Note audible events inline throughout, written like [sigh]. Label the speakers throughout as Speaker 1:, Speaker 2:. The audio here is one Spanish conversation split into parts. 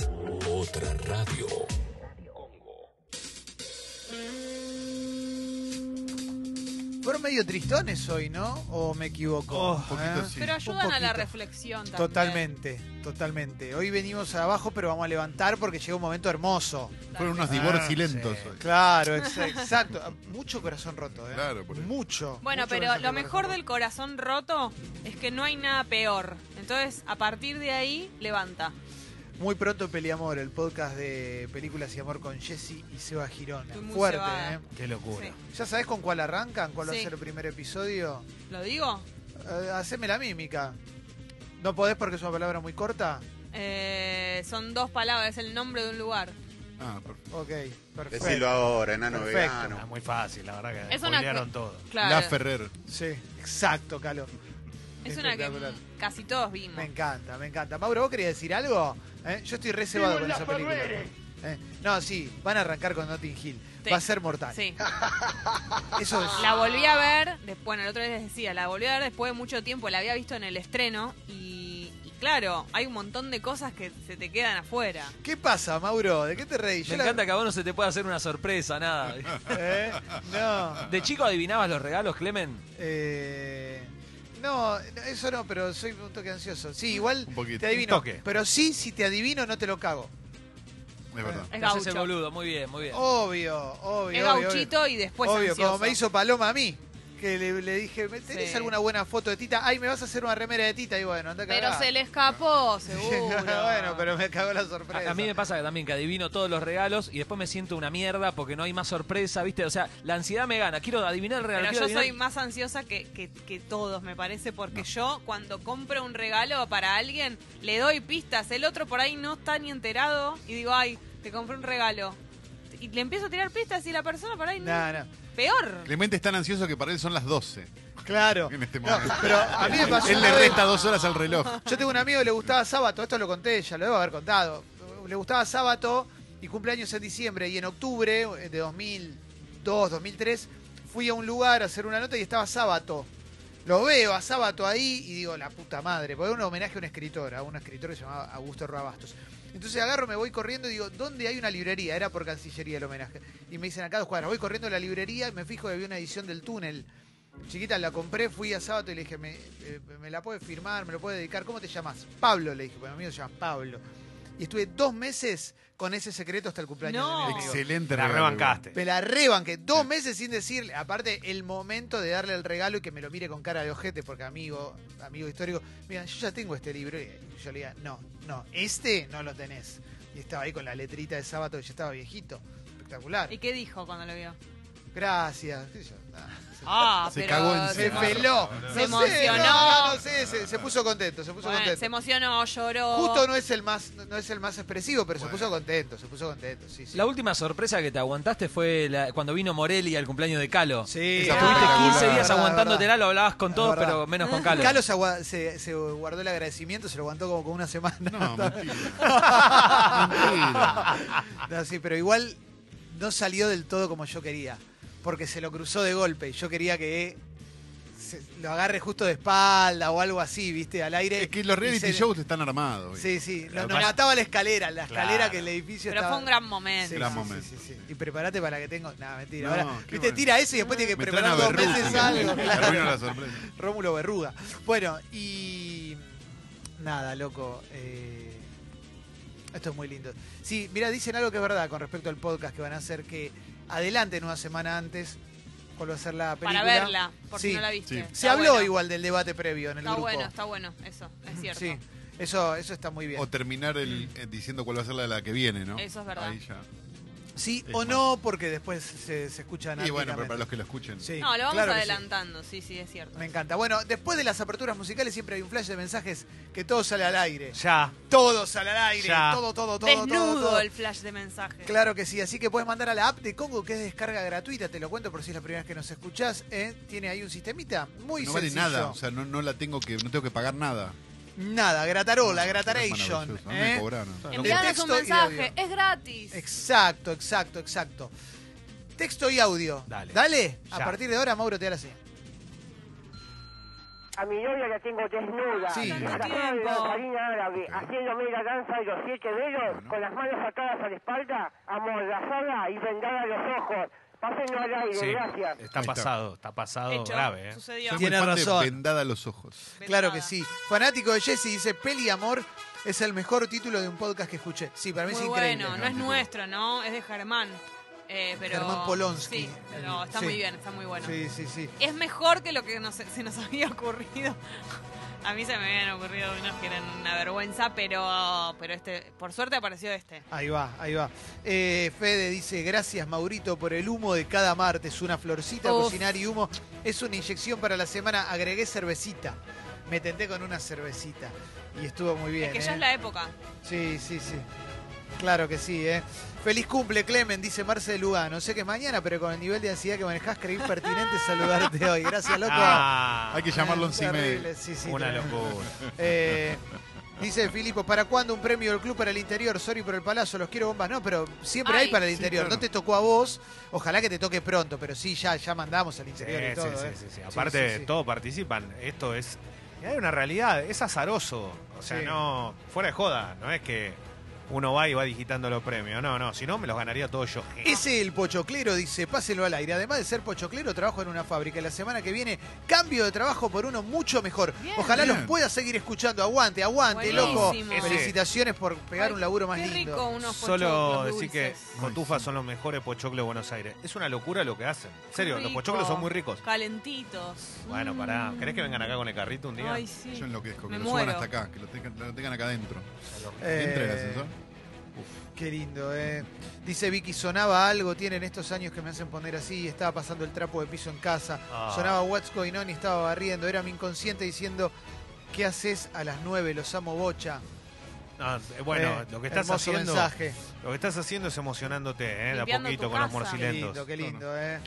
Speaker 1: Congo. Otra radio.
Speaker 2: Fueron medio tristones hoy, ¿no? ¿O me equivoco?
Speaker 3: Oh,
Speaker 2: ¿Eh?
Speaker 3: poquito sí.
Speaker 4: Pero
Speaker 2: Un
Speaker 4: ayudan a
Speaker 2: poquito.
Speaker 4: la reflexión también.
Speaker 2: Totalmente, totalmente. Hoy venimos abajo, pero vamos a levantar porque llega un momento hermoso.
Speaker 3: Fueron unos
Speaker 2: Ah,
Speaker 3: divorcilentos
Speaker 2: sí.
Speaker 3: hoy.
Speaker 2: Claro,
Speaker 4: [laughs]
Speaker 2: ex- exacto. Mucho corazón roto, ¿eh?
Speaker 3: Claro, por eso.
Speaker 2: Mucho.
Speaker 4: Bueno,
Speaker 2: mucho
Speaker 4: pero
Speaker 2: corazón
Speaker 4: lo
Speaker 2: roto.
Speaker 4: mejor del corazón roto es que no hay nada peor. Entonces, a partir de ahí, levanta.
Speaker 2: Muy pronto Peliamor, el podcast de películas y amor con Jesse y Seba Girona.
Speaker 4: Estoy muy
Speaker 2: Fuerte,
Speaker 4: cebada.
Speaker 2: ¿eh?
Speaker 5: Qué locura.
Speaker 4: Sí.
Speaker 2: ¿Ya sabés con cuál arrancan? ¿Cuál va a
Speaker 4: Sí.
Speaker 2: ser el primer episodio?
Speaker 4: ¿Lo digo?
Speaker 2: Eh, haceme la mímica. ¿No podés porque es una palabra muy corta?
Speaker 4: Eh, son dos palabras, es el nombre de un lugar.
Speaker 3: Ah, perfecto.
Speaker 2: Ok, perfecto.
Speaker 6: Decilo ahora, enano
Speaker 2: Perfecto.
Speaker 5: Ah,
Speaker 6: vegano.
Speaker 5: muy fácil, la verdad que
Speaker 4: Es una-
Speaker 5: spoilearon todo.
Speaker 3: La
Speaker 4: Claro.
Speaker 3: Ferrer.
Speaker 2: Sí, exacto, Calo.
Speaker 4: es una que
Speaker 2: Espectacular.
Speaker 4: mm, casi todos vimos.
Speaker 2: Me encanta, me encanta. Mauro, ¿vos querías decir algo? ¿Eh? Yo estoy reservado con esa película. Eh, No, sí, van a arrancar con Notting Hill.
Speaker 4: Sí.
Speaker 2: Va a ser mortal. [laughs]
Speaker 4: Sí.
Speaker 2: Eso es.
Speaker 4: La volví a ver, después, bueno, el otro día les decía, la volví a ver después de mucho tiempo, la había visto en el estreno y, y claro, hay un montón de cosas que se te quedan afuera.
Speaker 2: ¿Qué pasa, Mauro? ¿De qué te reís?
Speaker 5: Me
Speaker 2: Yo la-
Speaker 5: encanta que a vos no se te pueda hacer una sorpresa, nada.
Speaker 2: ¿Eh? No.
Speaker 5: ¿De chico adivinabas los regalos, Clemen?
Speaker 2: Eh, no, no, eso no, pero soy un toque ansioso. Sí, igual
Speaker 3: Un poquito.
Speaker 2: te adivino.
Speaker 5: Un toque.
Speaker 2: Pero sí, si te adivino, no te lo cago.
Speaker 3: Es verdad.
Speaker 4: Es
Speaker 5: Te haces el
Speaker 4: gaucho.
Speaker 5: boludo, muy bien, muy bien.
Speaker 2: Oh, Obvio, obvio.
Speaker 4: es
Speaker 2: obvio,
Speaker 4: gauchito y después
Speaker 2: obvio. Obvio,
Speaker 4: Pues ansioso.
Speaker 2: como me hizo Paloma a mí. Que le, le dije, ¿me ¿tenés
Speaker 4: Sí.
Speaker 2: alguna buena foto de Tita? Ay, me vas a hacer una remera de Tita. Y bueno, anda
Speaker 4: Pero
Speaker 2: cagada. [laughs]
Speaker 4: se le escapó, seguro.
Speaker 2: bueno, pero me cagó la sorpresa.
Speaker 5: A, a mí me pasa que también que adivino todos los regalos y después me siento una mierda porque no hay más sorpresa, ¿viste? O sea, la ansiedad me gana. Quiero adivinar el regalo.
Speaker 4: Pero
Speaker 5: quiero
Speaker 4: yo
Speaker 5: adivinar-
Speaker 4: soy más ansiosa que, que- que todos, me parece, porque yo cuando compro un regalo para alguien, le doy pistas. El otro por ahí no está ni enterado y digo, ay, te compré un regalo. Y le empiezo a tirar pistas y la persona por ahí no.
Speaker 2: No, no.
Speaker 4: Peor.
Speaker 3: Clemente es tan ansioso que para él son las 12
Speaker 2: Claro.
Speaker 3: en este
Speaker 2: No,
Speaker 3: momento.
Speaker 2: pero a mí me pasó
Speaker 3: Él
Speaker 2: una
Speaker 3: le
Speaker 2: vez-
Speaker 3: resta dos horas al reloj.
Speaker 2: Yo tengo un amigo que le gustaba Sábato, esto lo conté, ya lo debo haber contado. Le gustaba Sábato y cumpleaños en diciembre y en octubre de 2002, 2003 fui a un lugar a hacer una nota y estaba Sábato. Lo veo a Sábato ahí y digo, la puta madre, porque era un homenaje a un escritor, a un escritor que se llamaba Augusto Rabastos. Entonces agarro, me voy corriendo y digo, ¿dónde hay una librería? Era por Cancillería el homenaje. Y me dicen acá dos cuadras. Voy corriendo a la librería y me fijo que había una edición del túnel. Chiquita, la compré, fui a sábado y le dije, me, eh, me la puede firmar, me lo puede dedicar. ¿Cómo te llamas? Pablo, le dije, porque mi amigo se llama Pablo. Y estuve dos meses con ese secreto hasta el cumpleaños
Speaker 4: No.
Speaker 2: de mi amigo.
Speaker 3: Excelente
Speaker 5: La
Speaker 3: regalo.
Speaker 5: rebancaste.
Speaker 2: Me la rebanqué dos meses sin decirle. Aparte, el momento de darle el regalo y que me lo mire con cara de ojete, porque amigo, amigo histórico, mira, yo ya tengo este libro. Y yo le diga, no, no, este no lo tenés. Y estaba ahí con la letrita de sábado que ya estaba viejito. Espectacular.
Speaker 4: ¿Y qué dijo cuando lo vio?
Speaker 2: Gracias. qué sé yo, nada.
Speaker 4: Ah,
Speaker 3: Se
Speaker 4: pero
Speaker 3: cagó
Speaker 2: Se
Speaker 3: encima.
Speaker 2: peló.
Speaker 4: Se
Speaker 2: No sé,
Speaker 4: emocionó.
Speaker 2: no, no, no sé, se, se puso contento, se puso
Speaker 4: Bueno, se
Speaker 2: contento.
Speaker 4: emocionó, lloró.
Speaker 2: Justo no es el más, no es el más expresivo, pero se puso contento, se puso contento, sí, sí.
Speaker 5: La última sorpresa que te aguantaste fue la- cuando vino Morelli al cumpleaños de Calo.
Speaker 2: Sí,
Speaker 3: Esa
Speaker 5: Estuviste
Speaker 3: Ah,
Speaker 5: 15
Speaker 3: verdad,
Speaker 5: días
Speaker 2: verdad,
Speaker 5: aguantándotela,
Speaker 2: verdad.
Speaker 5: lo hablabas con
Speaker 2: Es
Speaker 5: todos,
Speaker 2: verdad.
Speaker 5: pero menos con Calo.
Speaker 2: Carlos agua- se, se guardó el agradecimiento, se lo aguantó como con una semana.
Speaker 3: No, mentira.
Speaker 2: [laughs] No, sí, pero igual no salió del todo como yo quería, porque se lo cruzó de golpe. Yo quería que se- lo agarre justo de espalda o algo así, viste, al aire.
Speaker 3: Es que los
Speaker 2: Y
Speaker 3: reality
Speaker 2: se-
Speaker 3: shows están armados. hoy.
Speaker 2: Sí, sí, nos,
Speaker 5: Lo
Speaker 2: nos
Speaker 5: que pasa-
Speaker 2: mataba la escalera, la escalera
Speaker 5: Claro.
Speaker 2: que el edificio
Speaker 4: Pero
Speaker 2: estaba...
Speaker 4: fue un gran momento.
Speaker 2: Sí,
Speaker 3: Gran
Speaker 2: sí,
Speaker 3: momento,
Speaker 2: sí, sí, sí. Y prepárate para que tengo. Nada, mentira.
Speaker 3: No,
Speaker 2: Ahora,
Speaker 3: qué
Speaker 2: viste,
Speaker 3: bueno.
Speaker 2: tira eso y después tiene que
Speaker 3: Me traen a
Speaker 2: preparar dos
Speaker 3: Berruti.
Speaker 2: meses algo.
Speaker 3: Me
Speaker 2: claro.
Speaker 3: arruinó la sorpresa.
Speaker 2: Rómulo Berruga. Bueno, y. Nada, loco. eh, Esto es muy lindo. Sí, mira, dicen algo que es verdad con respecto al podcast que van a hacer que adelanten una semana antes cuál va a ser la película.
Speaker 4: Para verla, por
Speaker 2: Sí.
Speaker 4: si no la viste.
Speaker 3: Sí.
Speaker 2: Se
Speaker 4: Está
Speaker 2: habló
Speaker 4: bueno.
Speaker 2: igual del debate previo en el
Speaker 4: Está
Speaker 2: grupo.
Speaker 4: bueno, está bueno, eso, es cierto.
Speaker 2: Sí, eso, eso está muy bien.
Speaker 3: O terminar el, eh, diciendo cuál va a ser la, la que viene, ¿no?
Speaker 4: Eso es verdad.
Speaker 3: Ahí ya.
Speaker 2: Sí
Speaker 3: Sí,
Speaker 2: o
Speaker 3: más.
Speaker 2: no, porque después se, se escuchan
Speaker 3: Y bueno, pero para los que lo escuchen.
Speaker 2: Sí,
Speaker 4: No, lo vamos
Speaker 2: claro que sí.
Speaker 4: adelantando, sí. sí, es cierto.
Speaker 2: Me encanta. Bueno, después de las aperturas musicales siempre hay un flash de mensajes que todo sale al aire.
Speaker 5: Ya.
Speaker 2: Todo sale al aire.
Speaker 5: Ya.
Speaker 2: Todo, todo, todo.
Speaker 4: Desnudo
Speaker 2: todo, todo.
Speaker 4: el flash de mensaje.
Speaker 2: Claro que sí, así que puedes mandar a la app de Congo, que es descarga gratuita, te lo cuento por si es la primera vez que nos escuchás. ¿eh? Tiene ahí un sistemita muy
Speaker 3: no vale
Speaker 2: sencillo.
Speaker 3: nada, o sea, no, no la tengo que, no tengo que pagar nada.
Speaker 2: Nada, gratarola,
Speaker 3: Es
Speaker 2: grataration.
Speaker 3: maravilloso, a mí me
Speaker 2: ¿eh?
Speaker 3: cobraron.
Speaker 2: De
Speaker 4: Envianos un
Speaker 2: texto y de
Speaker 4: mensaje,
Speaker 2: audio.
Speaker 4: es gratis.
Speaker 2: Exacto, exacto, exacto. Texto y audio.
Speaker 5: Dale.
Speaker 2: Dale, a
Speaker 5: Ya.
Speaker 2: partir de ahora Mauro te da la señal.
Speaker 6: a mi novia la tengo desnuda,
Speaker 3: Sí.
Speaker 6: la
Speaker 4: Tanto
Speaker 6: de
Speaker 4: tiempo.
Speaker 6: bailarina árabe, haciendo media danza de los siete dedos,
Speaker 3: Bueno.
Speaker 6: con las manos atadas a la espalda, amordazada y vendada a los ojos. Pásenlo al aire,
Speaker 7: Sí,
Speaker 6: gracias.
Speaker 7: está
Speaker 3: Ahí está.
Speaker 7: pasado, está pasado
Speaker 4: Hecho,
Speaker 7: grave. ¿eh?
Speaker 4: Sucedió.
Speaker 3: Soy muy
Speaker 2: Tiene
Speaker 3: fan de
Speaker 2: razón.
Speaker 3: vendada a los ojos.
Speaker 2: Claro que
Speaker 4: Vendada.
Speaker 2: sí. Fanático de Jesse dice, Peli Amor es el mejor título de un podcast que escuché. Sí, para mí
Speaker 4: Muy
Speaker 2: es increíble.
Speaker 4: bueno, no es nuestro, ¿no? Es de Germán. Eh, pero,
Speaker 2: Germán Polonsky.
Speaker 4: Sí, pero está
Speaker 2: Sí.
Speaker 4: muy bien, está muy bueno.
Speaker 2: Sí, sí, sí.
Speaker 4: Es mejor que lo que nos- se nos [laughs] había ocurrido. A mí se me habían ocurrido unos que eran una vergüenza, pero, pero este, por suerte apareció este.
Speaker 2: Ahí va, ahí va. Eh, Fede dice, gracias Maurito por el humo de cada martes. Una florcita,
Speaker 4: Uf.
Speaker 2: cocinar y humo. Es una inyección para la semana. Agregué cervecita. Me tenté con una cervecita. Y estuvo muy bien.
Speaker 4: es que
Speaker 2: ¿eh?
Speaker 4: ya es la época.
Speaker 2: Sí, sí, sí. Claro que sí, ¿eh? Feliz cumple, Clemen, dice Marce de Lugano. Sé que es mañana, pero con el nivel de ansiedad que manejás, creí pertinente
Speaker 4: [laughs]
Speaker 2: saludarte hoy. Gracias, loco.
Speaker 7: Ah,
Speaker 3: Hay que llamarlo en
Speaker 2: Terrible,
Speaker 3: Cime.
Speaker 2: sí, sí,
Speaker 7: una
Speaker 2: tremendo.
Speaker 7: locura.
Speaker 2: Eh, dice Filipo, ¿para cuándo un premio del club para el interior? Sorry por el palazo, los quiero bombas. No, pero siempre
Speaker 4: Ay.
Speaker 2: hay para el interior.
Speaker 3: claro.
Speaker 2: No te tocó a vos, ojalá que te toque pronto, pero sí, ya, ya mandamos al
Speaker 7: Sí,
Speaker 2: interior y
Speaker 7: sí,
Speaker 2: todo.
Speaker 7: sí,
Speaker 2: ¿eh?
Speaker 7: sí, sí. Aparte,
Speaker 2: sí, sí.
Speaker 7: todos participan. Esto es. y Hay una realidad, es azaroso. O sea,
Speaker 2: Sí.
Speaker 7: no. Fuera de joda, no es que uno va y va digitando los premios. No, no, si no, me los ganaría todos yo.
Speaker 2: Ese el pochoclero dice, pásenlo al aire. Además de ser pochoclero, trabajo en una fábrica. Y La semana que viene, cambio de trabajo por uno mucho mejor.
Speaker 4: Bien.
Speaker 2: Ojalá
Speaker 3: Bien.
Speaker 2: los pueda seguir escuchando. Aguante, aguante, loco.
Speaker 4: Buenísimo.
Speaker 7: Ese-
Speaker 2: Felicitaciones por pegar
Speaker 4: Ay,
Speaker 2: un laburo más
Speaker 4: qué
Speaker 2: lindo.
Speaker 4: rico unos
Speaker 7: Solo
Speaker 4: pochoclos
Speaker 7: decir que
Speaker 4: dulces.
Speaker 7: Cotufa son los mejores pochoclos de Buenos Aires. Es una locura lo que hacen. En serio,
Speaker 4: Qué
Speaker 7: los pochoclos son
Speaker 4: rico.
Speaker 7: muy ricos.
Speaker 4: Calentitos.
Speaker 7: Bueno, pará.
Speaker 4: Mm.
Speaker 7: ¿Querés que vengan acá con el carrito un día?
Speaker 4: Ay, sí.
Speaker 3: Yo enloquezco, que
Speaker 4: Me
Speaker 3: lo
Speaker 4: muero.
Speaker 3: suban hasta acá, que lo tengan, lo tengan acá adentro.
Speaker 2: Eh,
Speaker 3: ¿Entra el ascensor?
Speaker 2: Qué lindo, eh. Dice Vicky, sonaba algo, tienen estos años que me hacen poner así, estaba pasando el trapo de piso en casa,
Speaker 7: Ah.
Speaker 2: sonaba What's Going On y estaba barriendo, era mi inconsciente diciendo, ¿qué haces a las nueve? Los amo bocha.
Speaker 7: Ah, eh, bueno,
Speaker 2: Eh,
Speaker 7: lo que estás
Speaker 2: hermoso
Speaker 7: haciendo.
Speaker 2: mensaje.
Speaker 7: Lo que estás haciendo es emocionándote, ¿eh? De a
Speaker 4: Limpiando
Speaker 7: poquito
Speaker 4: tu
Speaker 7: con los
Speaker 4: casa.
Speaker 2: Qué
Speaker 7: morcilentos.
Speaker 2: lindo, qué lindo, eh.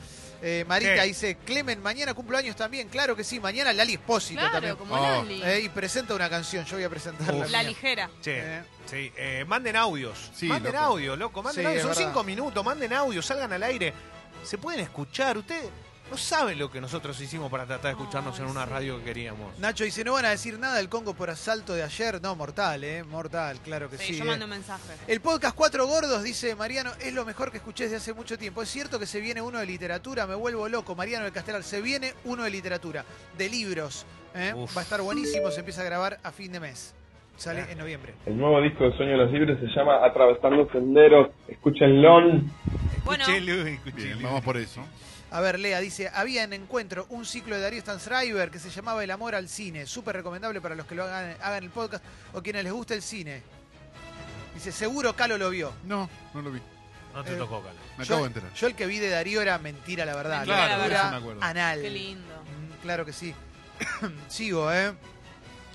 Speaker 2: Eh, Marita
Speaker 7: ¿Qué?
Speaker 2: dice, Clemen, mañana cumpleaños también, claro que sí, mañana Lali Espósito
Speaker 4: Claro,
Speaker 2: también.
Speaker 4: como
Speaker 3: Oh.
Speaker 4: Loli.
Speaker 2: Eh, y presenta una canción, yo voy a presentarla.
Speaker 7: Uf.
Speaker 4: la
Speaker 2: mía.
Speaker 4: ligera.
Speaker 7: Che,
Speaker 2: Eh.
Speaker 7: sí, eh, manden audios.
Speaker 3: Sí,
Speaker 7: manden
Speaker 3: loco.
Speaker 7: audio, loco. Manden
Speaker 2: Sí,
Speaker 7: audio.
Speaker 2: es
Speaker 7: Son
Speaker 2: verdad.
Speaker 7: cinco minutos. Manden audio, salgan al aire. Se pueden escuchar. Ustedes no saben lo que nosotros hicimos para tratar de escucharnos
Speaker 4: Ay,
Speaker 7: en una
Speaker 4: sí.
Speaker 7: radio que queríamos.
Speaker 2: Nacho dice, no van a decir nada del Congo por asalto de ayer. No, mortal, eh, mortal, claro que
Speaker 4: Sí,
Speaker 2: sí.
Speaker 4: yo
Speaker 2: eh.
Speaker 4: mando un mensaje.
Speaker 2: El podcast Cuatro Gordos, dice Mariano, es lo mejor que escuché desde hace mucho tiempo. Es cierto que se viene uno de literatura, me vuelvo loco. Mariano del Castelar, se viene uno de literatura, de libros. ¿eh?
Speaker 7: Uf.
Speaker 2: Va a estar buenísimo, se empieza a grabar a fin de mes. Sale en noviembre.
Speaker 8: El nuevo disco de Sueño de los Libres se llama Atravesando Senderos. Escúchenlo.
Speaker 4: Bueno,
Speaker 7: Escuchelo, escuchelo.
Speaker 3: Bien, vamos por eso.
Speaker 2: A ver, Lea dice, había en encuentro un ciclo de Darío Stanzreiber que se llamaba El amor al cine. Súper recomendable para los que lo hagan, hagan el podcast o quienes les gusta el cine. Dice, seguro Calo lo vio.
Speaker 3: No, no lo vi.
Speaker 7: No te
Speaker 2: Eh,
Speaker 7: tocó, Cala.
Speaker 3: Me
Speaker 2: yo,
Speaker 3: acabo de enterar.
Speaker 2: yo el que vi de Darío era mentira, la verdad.
Speaker 4: Mentira, la
Speaker 2: Locura
Speaker 4: verdad.
Speaker 3: Eso me acuerdo.
Speaker 2: Anal.
Speaker 4: qué lindo.
Speaker 2: Mm, Claro que sí. [coughs] Sigo, ¿eh?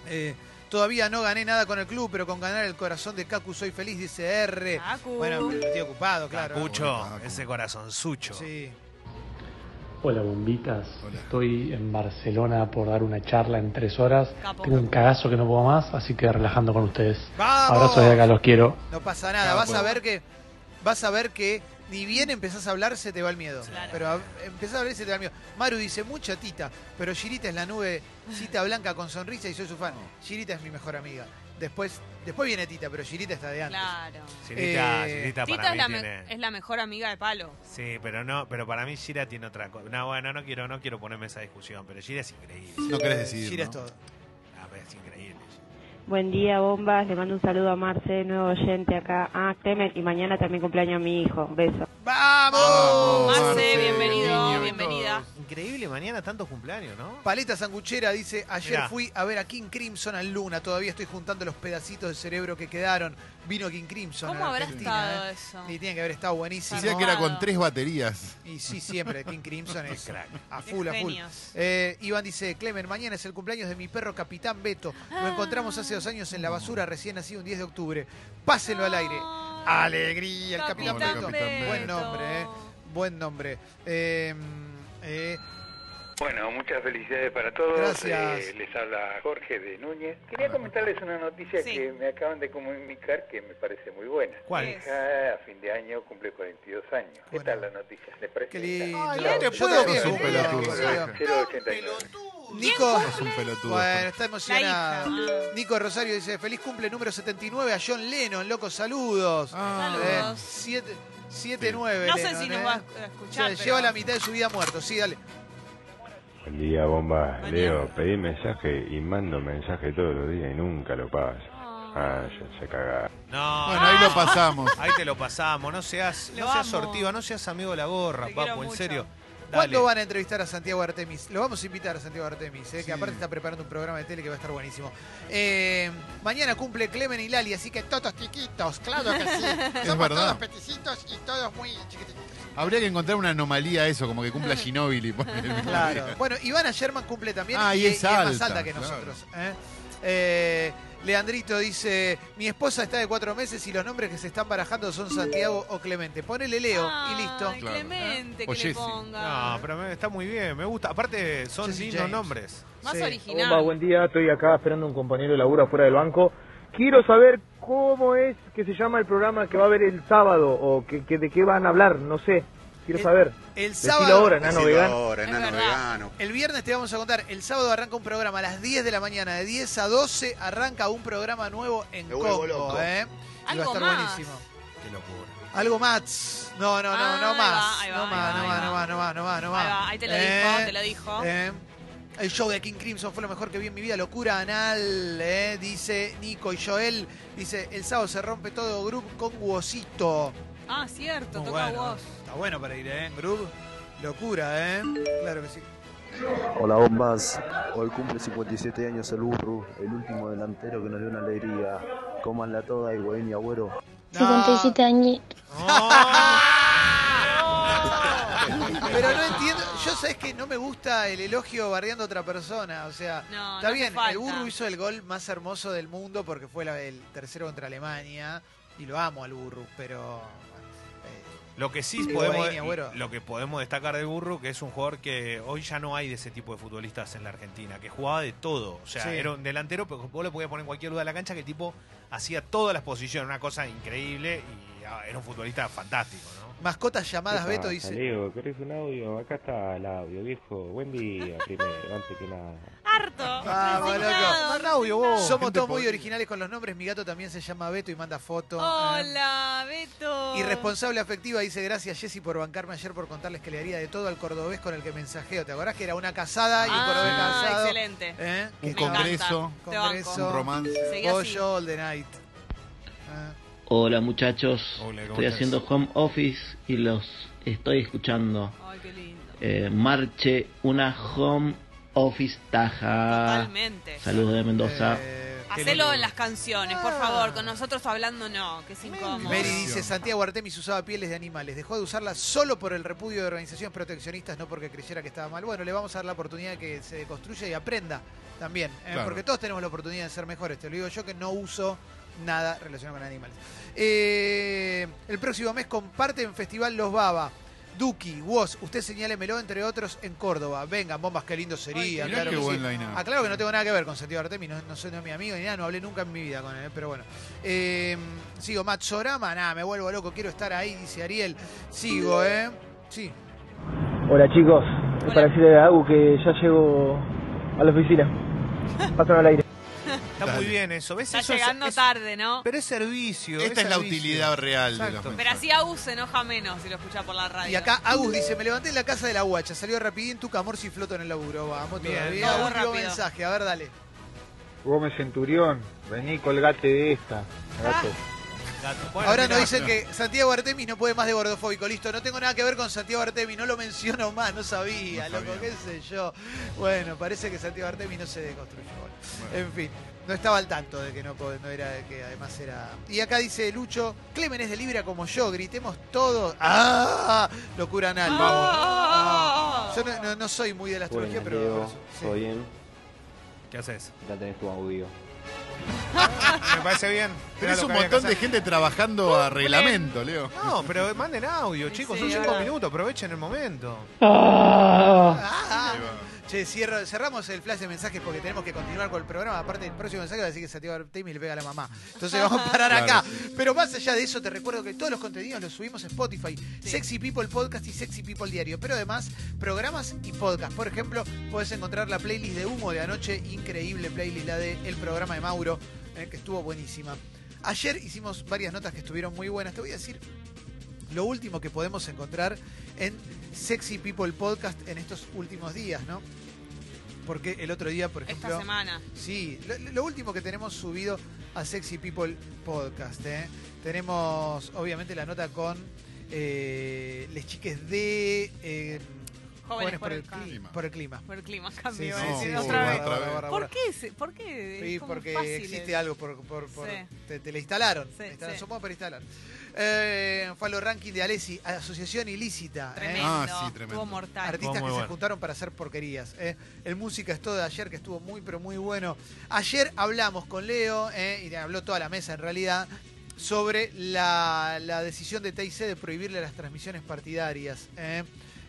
Speaker 2: Eh, Todavía no gané nada con el club, pero con ganar el corazón de Kaku soy feliz, dice R.
Speaker 4: Kaku.
Speaker 2: Eh, Bueno, pero estoy ocupado, claro.
Speaker 7: Cacucho,
Speaker 3: Cacu.
Speaker 7: ese corazonzucho.
Speaker 2: Sí.
Speaker 9: Hola bombitas,
Speaker 3: Hola.
Speaker 9: estoy en Barcelona por dar una charla en tres horas.
Speaker 4: Capo.
Speaker 9: Tengo un cagazo que no puedo más, así que relajando con ustedes.
Speaker 2: ¡Vamos!
Speaker 9: Abrazos de acá, los quiero.
Speaker 2: No pasa nada.
Speaker 3: Capo.
Speaker 2: Vas a ver que. Vas a ver que ni bien empezás a hablar, se te va el miedo.
Speaker 4: Claro.
Speaker 2: Pero a- empezás a hablar, y se te va el miedo. Maru dice, mucha tita, pero Girita es la nube, cita blanca con sonrisa y soy su fan. Girita es mi mejor amiga. Después, después viene Tita, pero Girita está de antes.
Speaker 4: Claro.
Speaker 7: Girita,
Speaker 2: Eh,
Speaker 7: Girita
Speaker 4: Tita
Speaker 7: para
Speaker 4: es
Speaker 7: mí
Speaker 4: la, me-
Speaker 7: tiene.
Speaker 4: es la mejor amiga de Palo.
Speaker 7: Sí, pero no, pero para mí Gira tiene otra cosa. No, bueno, no quiero, no quiero ponerme esa discusión, pero Gira es increíble.
Speaker 3: No querés decidir.
Speaker 2: Gira
Speaker 3: ¿no?
Speaker 2: es todo.
Speaker 7: Ah, pero es increíble.
Speaker 10: Buen día, bombas. Le mando un saludo a Marce, nuevo oyente acá. Ah, Clemen. Y mañana también cumpleaños a mi hijo. Beso.
Speaker 2: ¡Vamos!
Speaker 4: Marce,
Speaker 3: Marce,
Speaker 4: bienvenido,
Speaker 3: niño y
Speaker 4: bienvenida.
Speaker 7: Increíble, mañana tantos cumpleaños, ¿no?
Speaker 2: Paleta Sanguchera dice, ayer
Speaker 7: Mirá.
Speaker 2: fui a ver a King Crimson al Luna, todavía estoy juntando los pedacitos de cerebro que quedaron. Vino King Crimson.
Speaker 4: ¿Cómo
Speaker 2: a la
Speaker 4: habrá
Speaker 2: Argentina,
Speaker 4: estado
Speaker 2: eh.
Speaker 4: eso?
Speaker 2: Y tiene que haber estado buenísimo.
Speaker 3: Decía que era con
Speaker 4: Armado.
Speaker 3: tres baterías.
Speaker 2: Y sí, siempre, King Crimson es
Speaker 7: Crack.
Speaker 2: a full, a full.
Speaker 4: Genios.
Speaker 2: Eh, Iván dice, Clemen, mañana es el cumpleaños de mi perro Capitán Beto. Lo encontramos hace dos años en la basura, recién nacido un 10 de octubre. Pásenlo al aire.
Speaker 4: Ah,
Speaker 2: Alegría, el Capitán, Beto.
Speaker 3: Capitán Beto.
Speaker 2: Buen nombre, mm, eh. Buen nombre. Eh, eh,
Speaker 11: Bueno, muchas felicidades para todos.
Speaker 2: Gracias.
Speaker 11: Eh, les habla Jorge de Núñez. Quería comentarles una noticia que me acaban de comunicar que me parece muy buena.
Speaker 7: ¿Cuál?
Speaker 11: Mi hija a fin de año cumple 42 años. ¿Qué tal la noticia? ¿Le parece?
Speaker 2: Qué lindo.
Speaker 7: Ay,
Speaker 2: no te puedo creer. Nico,
Speaker 3: Es un pelotudo.
Speaker 2: bueno, está
Speaker 4: La
Speaker 2: emocionado.
Speaker 4: hija.
Speaker 2: Nico Rosario dice, feliz cumple número 79 a John Lennon, loco, saludos.
Speaker 3: Ah,
Speaker 2: Eh,
Speaker 4: Saludos.
Speaker 2: siete- 7-9.
Speaker 4: No sé
Speaker 2: Lennon,
Speaker 4: si
Speaker 2: eh.
Speaker 4: nos va a escuchar.
Speaker 2: Se
Speaker 4: pero-
Speaker 2: lleva la mitad de su vida muerto, sí, dale.
Speaker 12: Buen día, bomba.
Speaker 4: Buen
Speaker 12: Leo,
Speaker 4: día.
Speaker 12: pedí mensaje y mando mensaje todos los días y nunca lo pagas. Ah, ya se caga.
Speaker 7: No.
Speaker 3: Bueno, ahí lo pasamos.
Speaker 7: Ahí te lo pasamos. No seas,
Speaker 4: Lo
Speaker 7: no seas
Speaker 4: amo.
Speaker 7: sortiva, no seas amigo de la gorra,
Speaker 4: Te quiero
Speaker 7: papu, en
Speaker 4: mucho.
Speaker 7: serio.
Speaker 2: ¿Cuándo
Speaker 7: Dale.
Speaker 2: van a entrevistar a Santiago Artemis? Lo vamos a invitar a Santiago Artemis, eh,
Speaker 3: Sí.
Speaker 2: que aparte está preparando un programa de tele que va a estar buenísimo. Eh, mañana cumple Clemen y Lali, así que todos chiquitos, claro que sí. Somos
Speaker 3: verdad.
Speaker 2: todos peticitos y todos muy chiquititos.
Speaker 3: Habría que encontrar una anomalía a eso, como que
Speaker 2: [laughs]
Speaker 3: cumpla Ginobili.
Speaker 2: Claro. Bueno, Ivana Sherman cumple también
Speaker 3: Ah,
Speaker 2: y,
Speaker 3: y
Speaker 2: y
Speaker 3: es
Speaker 2: es más
Speaker 3: alta,
Speaker 2: alta que
Speaker 3: claro.
Speaker 2: nosotros. ¿eh? Eh, Leandrito dice, mi esposa está de cuatro meses y los nombres que se están barajando son Santiago o Clemente. Ponele Leo y listo.
Speaker 4: Ay,
Speaker 3: Claro.
Speaker 4: Clemente,
Speaker 3: O
Speaker 4: que le
Speaker 3: Jesse.
Speaker 4: ponga.
Speaker 7: No, pero me- está muy bien, me gusta. Aparte, son
Speaker 2: Jesse
Speaker 7: lindos
Speaker 2: James.
Speaker 7: nombres.
Speaker 4: Más
Speaker 2: Sí.
Speaker 4: original.
Speaker 13: buen día, estoy acá esperando a un compañero de laburo afuera del banco. Quiero saber cómo es que se llama el programa que va a haber el sábado o que, que- de qué van a hablar, no sé. Quiero
Speaker 2: El-
Speaker 13: saber.
Speaker 2: El
Speaker 13: Decilo
Speaker 2: sábado,
Speaker 13: ahora, enano vegano.
Speaker 14: Ahora,
Speaker 4: Es
Speaker 14: enano
Speaker 4: verdad.
Speaker 14: vegano.
Speaker 2: el viernes te vamos a contar, el sábado arranca un programa a las 10 de la mañana, de 10 a 12 arranca un programa nuevo en
Speaker 14: Me vuelvo
Speaker 2: Congo.
Speaker 14: loco.
Speaker 2: ¿eh? Y va a
Speaker 4: Algo
Speaker 2: estar
Speaker 4: más.
Speaker 2: buenísimo.
Speaker 7: Qué locura.
Speaker 2: Algo más. No, no, no,
Speaker 4: Ah,
Speaker 2: no
Speaker 4: ahí va,
Speaker 2: más.
Speaker 4: ahí va,
Speaker 2: No más, no
Speaker 4: ahí va,
Speaker 2: más,
Speaker 4: ahí
Speaker 2: no
Speaker 4: va.
Speaker 2: más, no más, no más, no
Speaker 4: Ahí
Speaker 2: más.
Speaker 4: va, ahí te lo
Speaker 2: Eh,
Speaker 4: dijo, te lo dijo.
Speaker 2: eh. El show de King Crimson fue lo mejor que vi en mi vida, locura anal, eh, dice Nico. Y Joel dice, el sábado se rompe todo Groove con Wosito.
Speaker 4: Ah, cierto,
Speaker 2: Muy
Speaker 4: toca a
Speaker 2: bueno,
Speaker 4: vos.
Speaker 2: Está bueno para ir, ¿eh? Groove, locura, ¿eh? Claro que sí.
Speaker 15: Hola bombas, hoy cumple 57 años el Burru, el último delantero que nos dio una alegría. Cómanla toda, Higuaín y Agüero.
Speaker 2: No. 57
Speaker 16: años.
Speaker 2: Pero no entiendo, yo sabes que no me gusta el elogio bardeando a otra persona, o sea,
Speaker 4: No, no
Speaker 2: está
Speaker 4: hace
Speaker 2: bien,
Speaker 4: falta.
Speaker 2: el Burro hizo el gol más hermoso del mundo porque fue la- el tercero contra Alemania y lo amo al Burro, pero eh,
Speaker 7: Lo que sí
Speaker 2: Sí,
Speaker 7: podemos,
Speaker 2: Guaini, Agüero.
Speaker 7: lo que podemos destacar de Burro, que es un jugador que hoy ya no hay de ese tipo de futbolistas en la Argentina, que jugaba de todo. O sea,
Speaker 2: Sí.
Speaker 7: era un delantero, pero vos lo podías poner en cualquier lugar de la cancha, que el tipo hacía todas las posiciones, una cosa increíble y ah, era un futbolista fantástico, ¿no?
Speaker 2: mascotas llamadas
Speaker 12: ¿Qué
Speaker 2: Beto
Speaker 12: pasa,
Speaker 2: dice,
Speaker 12: Leo, ¿querés un audio? Acá está el audio, viejo. Buen día, primero, antes que nada.
Speaker 4: Harto.
Speaker 2: Vamos, Ah, loco.
Speaker 4: resignado,
Speaker 2: Manda
Speaker 7: audio, vos.
Speaker 2: somos
Speaker 3: Gente
Speaker 2: todos muy
Speaker 3: podrida.
Speaker 2: originales con los nombres, mi gato también se llama Beto y manda foto. eh.
Speaker 4: Hola, Beto.
Speaker 2: Irresponsable afectiva dice gracias Jessy por bancarme ayer por contarles que le haría de todo al cordobés con el que mensajeo. ¿Te acordás que era una casada y un cordobés
Speaker 4: Ah,
Speaker 2: casado?
Speaker 4: excelente.
Speaker 2: ¿Eh?
Speaker 3: Un
Speaker 2: Que-
Speaker 3: congreso,
Speaker 4: Te banco.
Speaker 2: Congreso,
Speaker 3: un romance.
Speaker 4: Seguí así.
Speaker 2: Pollo All the Night. Ah,
Speaker 16: Hola muchachos,
Speaker 7: Hola, ¿cómo
Speaker 16: estoy
Speaker 7: estás?
Speaker 16: haciendo home office y los estoy escuchando.
Speaker 4: Ay, qué lindo.
Speaker 16: Eh, marche una home office taja.
Speaker 4: Totalmente.
Speaker 16: Saludos de Mendoza.
Speaker 2: eh,
Speaker 4: Hacelo en las canciones, por
Speaker 2: Ah.
Speaker 4: favor. Con nosotros hablando no, que es incómodo.
Speaker 2: Mary dice, Santiago Artemis usaba pieles de animales, dejó de usarlas solo por el repudio de organizaciones proteccionistas, no porque creyera que estaba mal. Bueno, le vamos a dar la oportunidad de que se construya y aprenda también, eh,
Speaker 3: Claro.
Speaker 2: porque todos tenemos la oportunidad de ser mejores, te lo digo yo que no uso nada relacionado con animales. Eh, el próximo mes comparte en Festival Los Baba. Duki, Woz, usted señálemelo, entre otros, en Córdoba. Vengan, bombas, qué lindo sería.
Speaker 3: Mirá
Speaker 2: claro
Speaker 3: qué
Speaker 2: que sí.
Speaker 3: buen line-up.
Speaker 2: Aclaro que no tengo nada que ver con Santiago Artemis, no, no soy no es mi amigo ni nada, no hablé nunca en mi vida con él, pero bueno. Eh, sigo, Matsorama, nada, me vuelvo loco, quiero estar ahí, dice Ariel. Sigo, ¿eh? Sí.
Speaker 13: Hola chicos, para decirle a Agu que ya llego a la oficina. Pasan al aire.
Speaker 7: Está muy bien eso. ¿Ves?
Speaker 4: Está
Speaker 7: Eso es-
Speaker 4: llegando
Speaker 7: es-
Speaker 4: tarde, ¿no?
Speaker 7: Pero es servicio.
Speaker 3: Esta es la
Speaker 7: servicio.
Speaker 3: utilidad real de los
Speaker 7: Exacto.
Speaker 4: Pero así Agus se enoja menos si lo escucha por la radio.
Speaker 2: Y acá Agus dice, me levanté en la casa de la guacha, salió rapidín tu camor si floto en el laburo. Vamos
Speaker 7: Bien.
Speaker 2: todavía.
Speaker 4: Vamos
Speaker 2: Último
Speaker 4: rápido.
Speaker 2: mensaje, a ver, dale.
Speaker 13: Gómez Centurión, vení, colgate de esta.
Speaker 4: gato.
Speaker 7: Gato. Bueno,
Speaker 2: Ahora
Speaker 7: mirá.
Speaker 2: nos dicen que Santiago Artemis no puede más de gordofóbico. Listo, no tengo nada que ver con Santiago Artemis, no lo menciono más, no sabía,
Speaker 3: No
Speaker 2: loco,
Speaker 3: sabía.
Speaker 2: qué sé yo. Bueno, parece que Santiago Artemis no se deconstruyó. Bueno, En fin, no estaba al tanto de que no, po- no era, de que además era. Y acá dice Lucho, Clemen es de Libra como yo, gritemos todos. ¡Ah! Locura
Speaker 4: ¡Oh!
Speaker 2: anal, vamos.
Speaker 4: Ah.
Speaker 2: Yo no, no- no soy muy de la astrología,
Speaker 12: Buenas,
Speaker 2: pero.
Speaker 12: Leo.
Speaker 2: pero sí.
Speaker 12: ¿Todo bien?
Speaker 7: ¿Qué haces?
Speaker 12: Ya tenés tu audio.
Speaker 7: Me parece bien. Era
Speaker 3: Tenés
Speaker 7: lo
Speaker 3: un
Speaker 7: que había que
Speaker 3: montón de
Speaker 7: hacer.
Speaker 3: gente
Speaker 2: Uh,
Speaker 3: trabajando a reglamento, Leo.
Speaker 7: No, pero manden audio, chicos.
Speaker 4: sí,
Speaker 7: son cinco
Speaker 4: ahora.
Speaker 7: minutos. Aprovechen el momento.
Speaker 2: Ah, ah.
Speaker 3: Ahí va.
Speaker 2: Che, cierro- cerramos el flash de mensajes porque tenemos que continuar con el programa. Aparte, el próximo mensaje va a decir que Santiago Artemis le pega a la mamá. Entonces vamos a parar
Speaker 3: Claro.
Speaker 2: acá. Pero más allá de eso, te recuerdo que todos los contenidos los subimos en Spotify. Sexy People Podcast y Sexy People Diario. Pero además, programas y podcast. Por ejemplo, podés encontrar la playlist de Humo de anoche. Increíble playlist, la de El Programa de Mauro, eh, que estuvo buenísima. Ayer hicimos varias notas que estuvieron muy buenas. Te voy a decir lo último que podemos encontrar en Sexy People Podcast en estos últimos días, ¿no? Porque el otro día, por ejemplo...
Speaker 4: Esta semana.
Speaker 2: Sí, lo, lo último que tenemos subido a Sexy People Podcast. ¿eh? Tenemos, obviamente, la nota con eh, les chiques de eh,
Speaker 4: Jóvenes por el
Speaker 2: cli-
Speaker 4: Clima.
Speaker 2: por el clima.
Speaker 4: Por el clima cambió.
Speaker 2: Sí, sí,
Speaker 4: eh,
Speaker 2: sí,
Speaker 4: otra
Speaker 2: sí,
Speaker 4: vez.
Speaker 2: otra vez, otra
Speaker 4: ¿Por
Speaker 2: vez.
Speaker 4: qué? ese- ¿Por qué? Es
Speaker 2: Sí,
Speaker 4: como
Speaker 2: porque
Speaker 4: fácil
Speaker 2: existe
Speaker 4: es.
Speaker 2: algo por, por- por-
Speaker 4: Sí.
Speaker 2: te, te la instalaron.
Speaker 4: Sí,
Speaker 2: Te instalaron,
Speaker 4: sí.
Speaker 2: somos para instalar. Eh, fue a los rankings de Alessi, asociación ilícita. ¿eh?
Speaker 4: Tremendo. Ah, sí, tremendo. Estuvo mortal.
Speaker 2: Artistas
Speaker 4: Estuvo
Speaker 2: que
Speaker 4: muy
Speaker 2: se
Speaker 4: bueno.
Speaker 2: juntaron para hacer porquerías. ¿eh? El música es todo de ayer que estuvo muy pero muy bueno. Ayer hablamos con Leo ¿eh? y le habló toda la mesa en realidad sobre la, la decisión de TIC de prohibirle las transmisiones partidarias. ¿eh?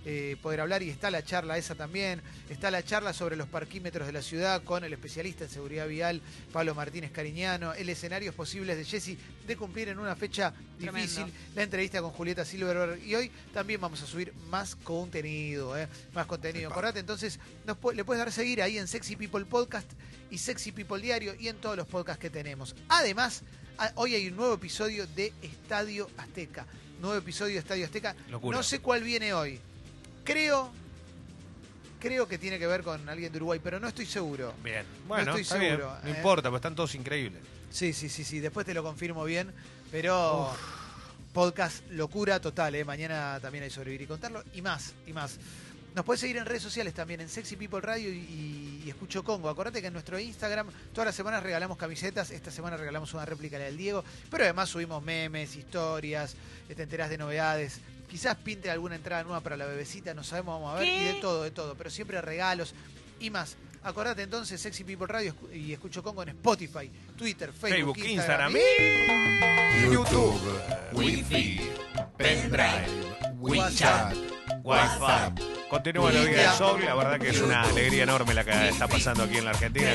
Speaker 2: eh, poder hablar y está la charla esa también, está la charla sobre los parquímetros de la ciudad con el especialista en seguridad vial Pablo Martínez Cariñano, el escenarios posibles de Jesse de cumplir en una fecha
Speaker 4: Tremendo.
Speaker 2: difícil, la entrevista con Julieta Silverberg y hoy también vamos a subir más contenido, ¿eh? más contenido. Acordate, entonces nos pu- le puedes dar seguir ahí en Sexy People Podcast y Sexy People Diario y en todos los podcasts que tenemos. Además, a- hoy hay un nuevo episodio de Estadio Azteca. Nuevo episodio de Estadio Azteca.
Speaker 7: Locura.
Speaker 2: No sé cuál viene hoy. Creo. Creo que tiene que ver con alguien de Uruguay, pero no estoy seguro.
Speaker 7: Bien. Bueno,
Speaker 2: no estoy
Speaker 7: está bien.
Speaker 2: seguro.
Speaker 7: No
Speaker 2: ¿eh?
Speaker 7: importa, pero están todos increíbles.
Speaker 2: Sí, sí, sí, sí. Después te lo confirmo bien. Pero podcast locura total, ¿eh? Mañana también hay sobrevivir y contarlo. Y más, y más. Nos puedes seguir en redes sociales también, en Sexy People Radio y, y Escucho Congo. Acordate que en nuestro Instagram todas las semanas regalamos camisetas. Esta semana regalamos una réplica la del Diego. Pero además subimos memes, historias, eh, te enterás de novedades. Quizás pinte alguna entrada nueva para la bebecita, no sabemos, vamos a ver. Y de
Speaker 4: ¿Qué?
Speaker 2: todo, de todo. Pero siempre regalos y más. Acordate entonces, Sexy People Radio escu- y Escucho Congo en Spotify, Twitter, Facebook, ¿Eh?
Speaker 7: Facebook, Instagram,
Speaker 2: y-
Speaker 7: YouTube,
Speaker 3: Wi-Fi, pendrive,
Speaker 7: WeChat, WhatsApp. eh, Continúa la vida de Sol, la verdad que es una alegría enorme la que está pasando aquí en la Argentina.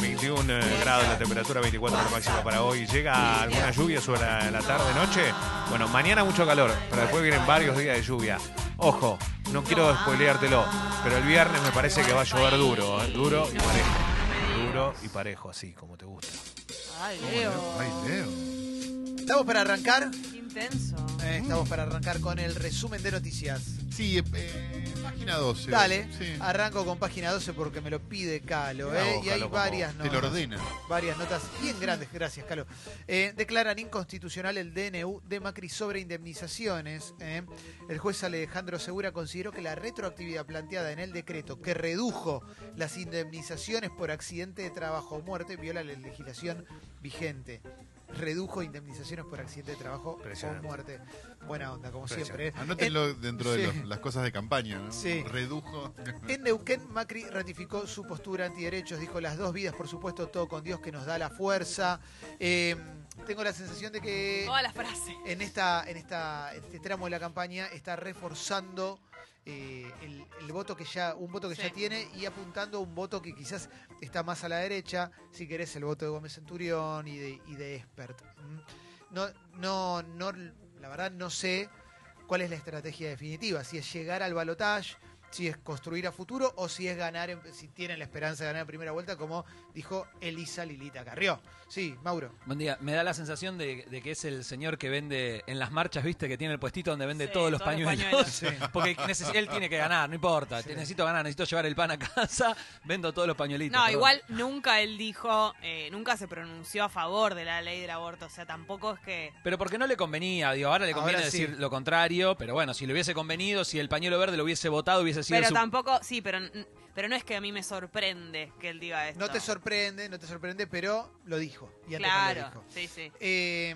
Speaker 7: 21 grados la temperatura, 24 la máxima para hoy. ¿Llega alguna lluvia sobre la, la tarde, noche? Bueno, mañana mucho calor, pero después vienen varios días de lluvia. Ojo, no quiero spoileártelo, pero el viernes me parece que va a llover duro, ¿eh? duro y parejo. Duro y parejo, así como te gusta.
Speaker 4: Ay, Leo.
Speaker 2: ¿Estamos para arrancar?
Speaker 4: Qué intenso.
Speaker 2: Eh, estamos para arrancar con el resumen de noticias.
Speaker 3: Sí, eh, página 12.
Speaker 2: Dale,
Speaker 3: Sí.
Speaker 2: arranco con página 12 porque me lo pide Calo.
Speaker 3: Mirá
Speaker 2: eh,
Speaker 3: vos,
Speaker 2: y hay
Speaker 3: Calo, cómo
Speaker 2: varias
Speaker 3: te lo
Speaker 2: notas.
Speaker 3: ordena.
Speaker 2: Varias notas bien grandes, gracias Calo. Eh, declaran inconstitucional el DNU de Macri sobre indemnizaciones. eh. El juez Alejandro Segura consideró que la retroactividad planteada en el decreto que redujo las indemnizaciones por accidente de trabajo o muerte viola la legislación vigente. Redujo indemnizaciones por accidente de trabajo o
Speaker 3: Impresionante.
Speaker 2: muerte. Buena onda, como siempre.
Speaker 3: Impresionante.
Speaker 2: eh.
Speaker 3: Anótenlo
Speaker 2: En-
Speaker 3: dentro de
Speaker 2: Sí.
Speaker 3: los- las cosas de campaña. ¿no?
Speaker 2: Sí.
Speaker 3: Redujo.
Speaker 2: [laughs] En Neuquén, Macri ratificó su postura antiderechos, dijo las dos vidas, por supuesto, todo con Dios que nos da la fuerza. Eh, tengo la sensación de que
Speaker 4: Toda la frase.
Speaker 2: en esta, en esta, este tramo de la campaña está reforzando eh, el, el voto que ya, un voto que ya tiene y apuntando a un voto que quizás está más a la derecha, si querés el voto de Gómez Centurión y de, y de Expert. Mm. No, no, no, la verdad no sé cuál es la estrategia definitiva, si es llegar al balotaje, si es construir a futuro o si es ganar, en- si tienen la esperanza de ganar en primera vuelta, como dijo Elisa Lilita Carrió. Sí, Mauro.
Speaker 5: Buen día. Me da la sensación de, de que es el señor que vende en las marchas, viste, que tiene el puestito donde vende
Speaker 4: Sí,
Speaker 5: todos los
Speaker 4: todos los
Speaker 5: pañuelos.
Speaker 4: pañuelos.
Speaker 5: [laughs] Porque neces- él tiene que ganar, no importa. Necesito ganar, necesito llevar el pan a casa, [laughs] vendo todos los pañuelitos.
Speaker 4: No,
Speaker 5: perdón.
Speaker 4: igual nunca él dijo, eh, nunca se pronunció a favor de la ley del aborto. O sea, tampoco es que.
Speaker 5: Pero porque no le convenía, digo, ahora le
Speaker 4: Ahora
Speaker 5: conviene
Speaker 4: sí.
Speaker 5: decir lo contrario, pero bueno, si le hubiese convenido, si el pañuelo verde lo hubiese votado, hubiese sido
Speaker 4: pero
Speaker 5: su-
Speaker 4: tampoco. Sí, pero, n- pero no es que a mí me sorprende que él diga esto.
Speaker 2: No te sorprende, no te sorprende, pero lo dijo. Y antes no lo
Speaker 4: Claro.
Speaker 2: dijo.
Speaker 4: Sí, sí.
Speaker 2: Eh,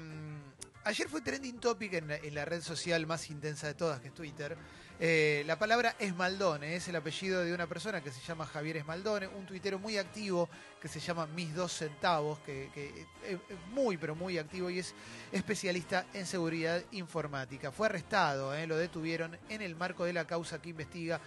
Speaker 2: ayer fue trending topic en la, en la red social más intensa de todas, que es Twitter. Eh, la palabra Esmaldone es el apellido de una persona que se llama Javier Esmaldone, un tuitero muy activo que se llama Mis Dos Centavos, que, que es, es muy, pero muy activo y es especialista en seguridad informática. Fue arrestado, eh, lo detuvieron en el marco de la causa que investiga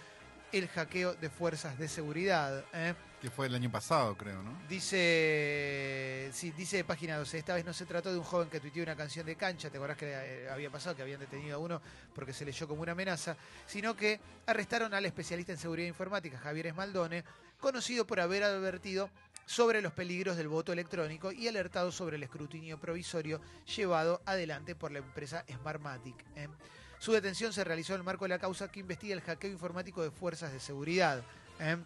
Speaker 2: el hackeo de fuerzas de seguridad. ¿eh?
Speaker 3: Que fue el año pasado, creo, ¿no?
Speaker 2: Dice, sí, dice página 12, esta vez no se trató de un joven que tuiteó una canción de cancha, ¿te acordás que eh, había pasado que habían detenido a uno porque se leyó como una amenaza? Sino que arrestaron al especialista en seguridad informática, Javier Esmaldone, conocido por haber advertido sobre los peligros del voto electrónico y alertado sobre el escrutinio provisorio llevado adelante por la empresa Smartmatic. ¿eh? Su detención se realizó en el marco de la causa que investiga el hackeo informático de fuerzas de seguridad. ¿eh?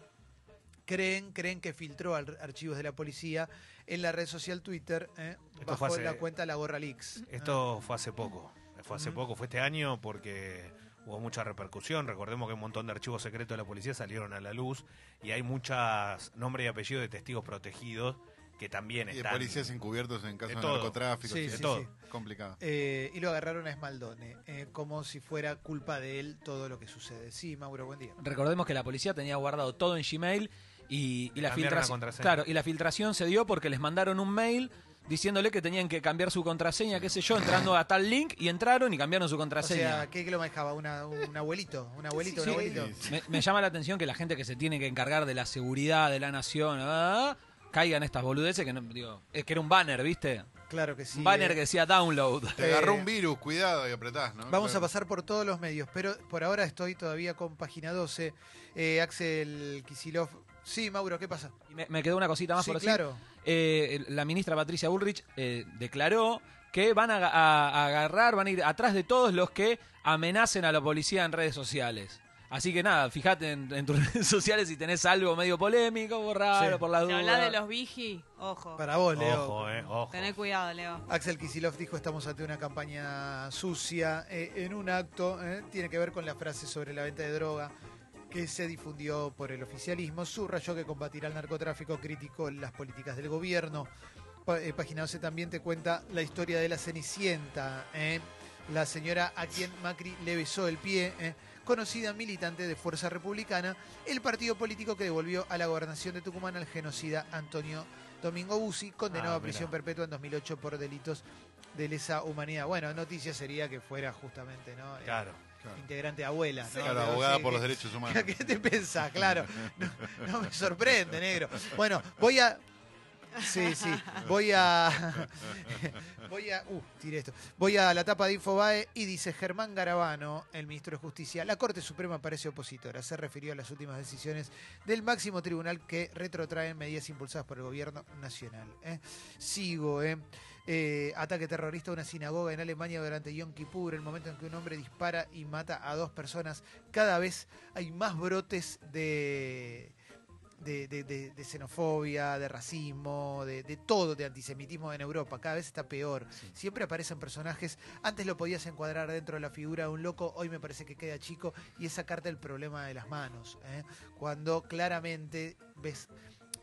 Speaker 2: Creen, creen que filtró al- archivos de la policía en la red social Twitter ¿eh?
Speaker 7: Esto
Speaker 2: bajo
Speaker 7: fue hace-
Speaker 2: la cuenta La Gorra Leaks.
Speaker 7: Esto fue hace poco. Fue hace
Speaker 2: Ujú.
Speaker 7: poco, fue este año porque hubo mucha repercusión. Recordemos que un montón de archivos secretos de la policía salieron a la luz y hay muchos nombres y apellidos de testigos protegidos que también
Speaker 3: Y de
Speaker 7: están.
Speaker 3: Eh, policías encubiertos en casos de,
Speaker 7: todo.
Speaker 3: narcotráfico.
Speaker 2: Sí,
Speaker 3: sí,
Speaker 2: sí,
Speaker 3: de todo.
Speaker 2: sí.
Speaker 3: Complicado.
Speaker 2: Eh, y lo agarraron a Esmaldone, eh, como si fuera culpa de él todo lo que sucede. Sí, Mauro, buen día.
Speaker 5: Recordemos que la policía tenía guardado todo en Gmail y, y la,
Speaker 7: cambiaron la
Speaker 5: filtración,
Speaker 7: contraseña.
Speaker 5: claro, y la filtración se dio porque les mandaron un mail diciéndole que tenían que cambiar su contraseña, qué sé yo, entrando a tal link y entraron y cambiaron su
Speaker 2: O
Speaker 5: contraseña.
Speaker 2: sea, ¿qué, qué lo manejaba? Una- un abuelito, un abuelito,
Speaker 5: Sí,
Speaker 2: un
Speaker 5: sí.
Speaker 2: abuelito.
Speaker 5: Me, me llama la atención que la gente que se tiene que encargar de la seguridad de la nación ah, caigan estas boludeces que no, digo, es que era un banner, ¿viste?
Speaker 2: Claro que sí.
Speaker 5: Un banner
Speaker 2: eh.
Speaker 5: que decía download.
Speaker 3: Te agarró un virus, cuidado y apretás, ¿no?
Speaker 2: Vamos a
Speaker 3: Claro.
Speaker 2: pasar por todos los medios, pero por ahora estoy todavía con página 12. Eh, Axel Kisilov. Sí, Mauro, ¿qué pasa?
Speaker 5: Y me, me quedó una cosita más
Speaker 2: Sí,
Speaker 5: por decir.
Speaker 2: claro.
Speaker 5: Eh, la ministra Patricia Bullrich eh, declaró que van a, aga- a- a agarrar, van a ir atrás de todos los que amenacen a la policía en redes sociales. Así que nada, fíjate en, en tus [laughs] redes sociales si tenés algo medio polémico, borralo por la
Speaker 4: Si
Speaker 5: duda.
Speaker 4: hablás de los vigi, ojo.
Speaker 2: Para vos, Leo.
Speaker 7: Ojo, eh, ojo.
Speaker 4: Tené cuidado, Leo.
Speaker 2: Axel Kisilov dijo estamos ante una campaña sucia eh, en un acto, eh, tiene que ver con la frase sobre la venta de droga que se difundió por el oficialismo, subrayó que combatirá el narcotráfico crítico las políticas del gobierno. Pa- eh, Página 12 también te cuenta la historia de la Cenicienta, eh, la señora a quien Macri le besó el pie, eh, conocida militante de Fuerza Republicana, el partido político que devolvió a la gobernación de Tucumán al genocida Antonio Domingo Bussi, condenado
Speaker 7: Ah,
Speaker 2: a prisión
Speaker 7: mirá.
Speaker 2: perpetua en 2008 por delitos de lesa humanidad. Bueno, noticia sería que fuera justamente, ¿no? Eh,
Speaker 7: Claro.
Speaker 2: Integrante abuela, ¿no?
Speaker 3: Claro,
Speaker 2: Pero
Speaker 3: abogada
Speaker 2: sí,
Speaker 3: por los
Speaker 2: ¿qué- [laughs]
Speaker 3: derechos humanos.
Speaker 2: ¿Qué te pensás? Claro. No, no me sorprende, negro. Bueno, voy a. Sí, sí. Voy a. [laughs] Voy a. Uh, tiré esto. Voy a la tapa de Infobae y dice Germán Garabano, el ministro de Justicia. La Corte Suprema parece opositora. Se refirió a las últimas decisiones del máximo tribunal que retrotraen medidas impulsadas por el gobierno nacional. ¿eh? Sigo, ¿eh? Eh, ataque terrorista a una sinagoga en Alemania durante Yom Kippur, el momento en que un hombre dispara y mata a dos personas. Cada vez hay más brotes de, de, de- de- de xenofobia, de racismo, de, de todo, de antisemitismo en Europa. Cada vez está peor. Siempre aparecen personajes. Antes lo podías encuadrar dentro de la figura de un loco, hoy me parece que queda chico y es sacarte el problema de las manos. ¿eh? Cuando claramente ves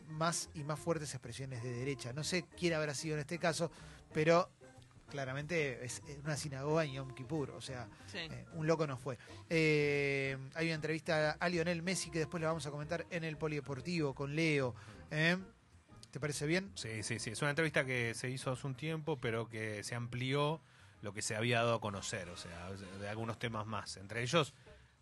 Speaker 2: más y más fuertes expresiones de derecha. No sé quién habrá sido en este caso, pero claramente es una sinagoga en Yom Kippur. O sea,
Speaker 4: Sí.
Speaker 2: eh, un loco no fue. Eh, hay una entrevista a Lionel Messi que después la vamos a comentar en el Polideportivo con Leo. ¿eh? ¿Te parece bien?
Speaker 7: Sí, sí, sí. Es una entrevista que se hizo hace un tiempo, pero que se amplió lo que se había dado a conocer, o sea, de algunos temas más. Entre ellos,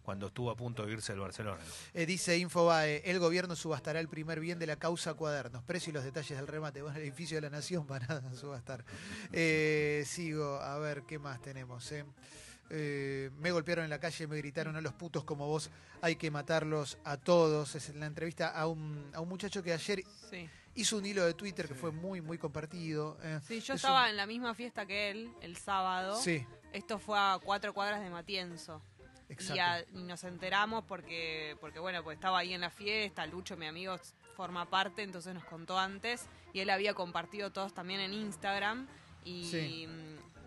Speaker 7: cuando estuvo a punto de irse el Barcelona.
Speaker 2: Eh, dice Infobae, el gobierno subastará el primer bien de la causa cuadernos. Precio y los detalles del remate. Bueno, el edificio de la Nación van a [laughs] subastar. Eh, sigo, a ver, ¿qué más tenemos? eh? Eh, me golpearon en la calle, me gritaron a los putos como vos, hay que matarlos a todos. Es la entrevista a un, a un muchacho que ayer
Speaker 4: Sí.
Speaker 2: hizo un hilo de Twitter que fue muy, muy compartido. eh.
Speaker 4: Sí, yo
Speaker 2: Es
Speaker 4: estaba
Speaker 2: un-
Speaker 4: en la misma fiesta que él, el sábado.
Speaker 2: Sí.
Speaker 4: Esto fue a cuatro cuadras de Matienzo.
Speaker 2: Exacto.
Speaker 4: Y, a- y nos enteramos porque, porque, bueno, pues estaba ahí en la fiesta, Lucho, mi amigo, s- forma parte, entonces nos contó antes. Y él había compartido todos también en Instagram. Y,
Speaker 2: Sí.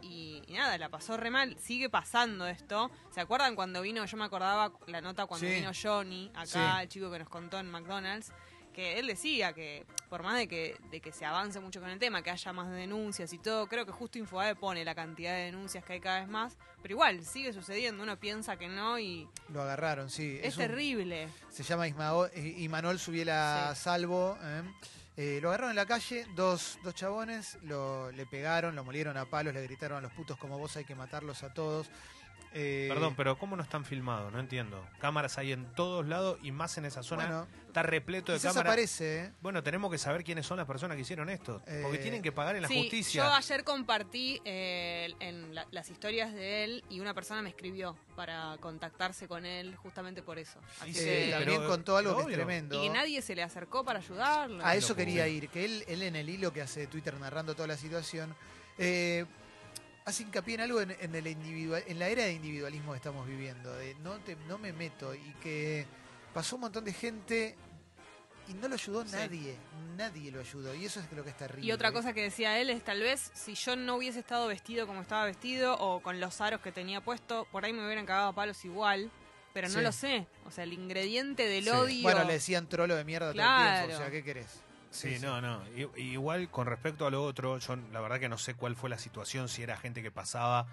Speaker 4: y- y nada, la pasó re mal. Sigue pasando esto. ¿Se acuerdan cuando vino, yo me acordaba la nota cuando
Speaker 2: Sí.
Speaker 4: vino Johnny, acá
Speaker 2: Sí.
Speaker 4: el chico que nos contó en McDonald's? que él decía que por más de que, de que se avance mucho con el tema, que haya más denuncias y todo, creo que justo Infobae pone la cantidad de denuncias que hay cada vez más, pero igual sigue sucediendo, uno piensa que no y
Speaker 2: Lo agarraron, sí.
Speaker 4: es,
Speaker 2: un-
Speaker 4: terrible.
Speaker 2: Se llama Ismao- I- Imanol Subiela Salvo. ¿eh? Eh, lo agarraron en la calle, dos, dos chabones, lo, le pegaron, lo molieron a palos, le gritaron a los putos como vos hay que matarlos a todos.
Speaker 14: Eh,
Speaker 7: Perdón, pero ¿cómo no están filmados? No entiendo. Cámaras hay en todos lados y más en esa zona.
Speaker 2: Bueno,
Speaker 7: está repleto de
Speaker 2: quizás
Speaker 7: cámaras.
Speaker 2: aparece, ¿eh?
Speaker 7: Bueno, tenemos que saber quiénes son las personas que hicieron esto. porque
Speaker 2: Eh,
Speaker 7: tienen que pagar en la
Speaker 4: Sí,
Speaker 7: justicia.
Speaker 4: Yo ayer compartí eh, en la- las historias de él y una persona me escribió para contactarse con él justamente por eso. Así
Speaker 2: Sí,
Speaker 4: que-
Speaker 2: Eh, también
Speaker 7: pero-
Speaker 2: contó algo que
Speaker 7: obvio.
Speaker 2: es tremendo.
Speaker 4: Y que nadie se le acercó para ayudarlo.
Speaker 2: A eso
Speaker 4: Loco.
Speaker 2: quería ir, que él, él en el hilo que hace de Twitter narrando toda la situación, eh, hace hincapié en algo en, en el individua- en la era de individualismo que estamos viviendo, de no, te- no me meto y que pasó un montón de gente y no lo ayudó
Speaker 4: Sí.
Speaker 2: nadie, nadie lo ayudó y eso es lo que está terrible.
Speaker 4: Y otra cosa que decía él es tal vez si yo no hubiese estado vestido como estaba vestido o con los aros que tenía puesto, por ahí me hubieran cagado a palos igual, pero no
Speaker 2: Sí.
Speaker 4: lo sé. O sea, el ingrediente del
Speaker 2: Sí.
Speaker 4: odio.
Speaker 2: Bueno, le decían trolo de mierda todo el
Speaker 4: Claro.
Speaker 2: tiempo, o sea, ¿qué querés?
Speaker 7: Sí, no, no. I- Igual con respecto a lo otro, yo la verdad que no sé cuál fue la situación, si era gente que pasaba.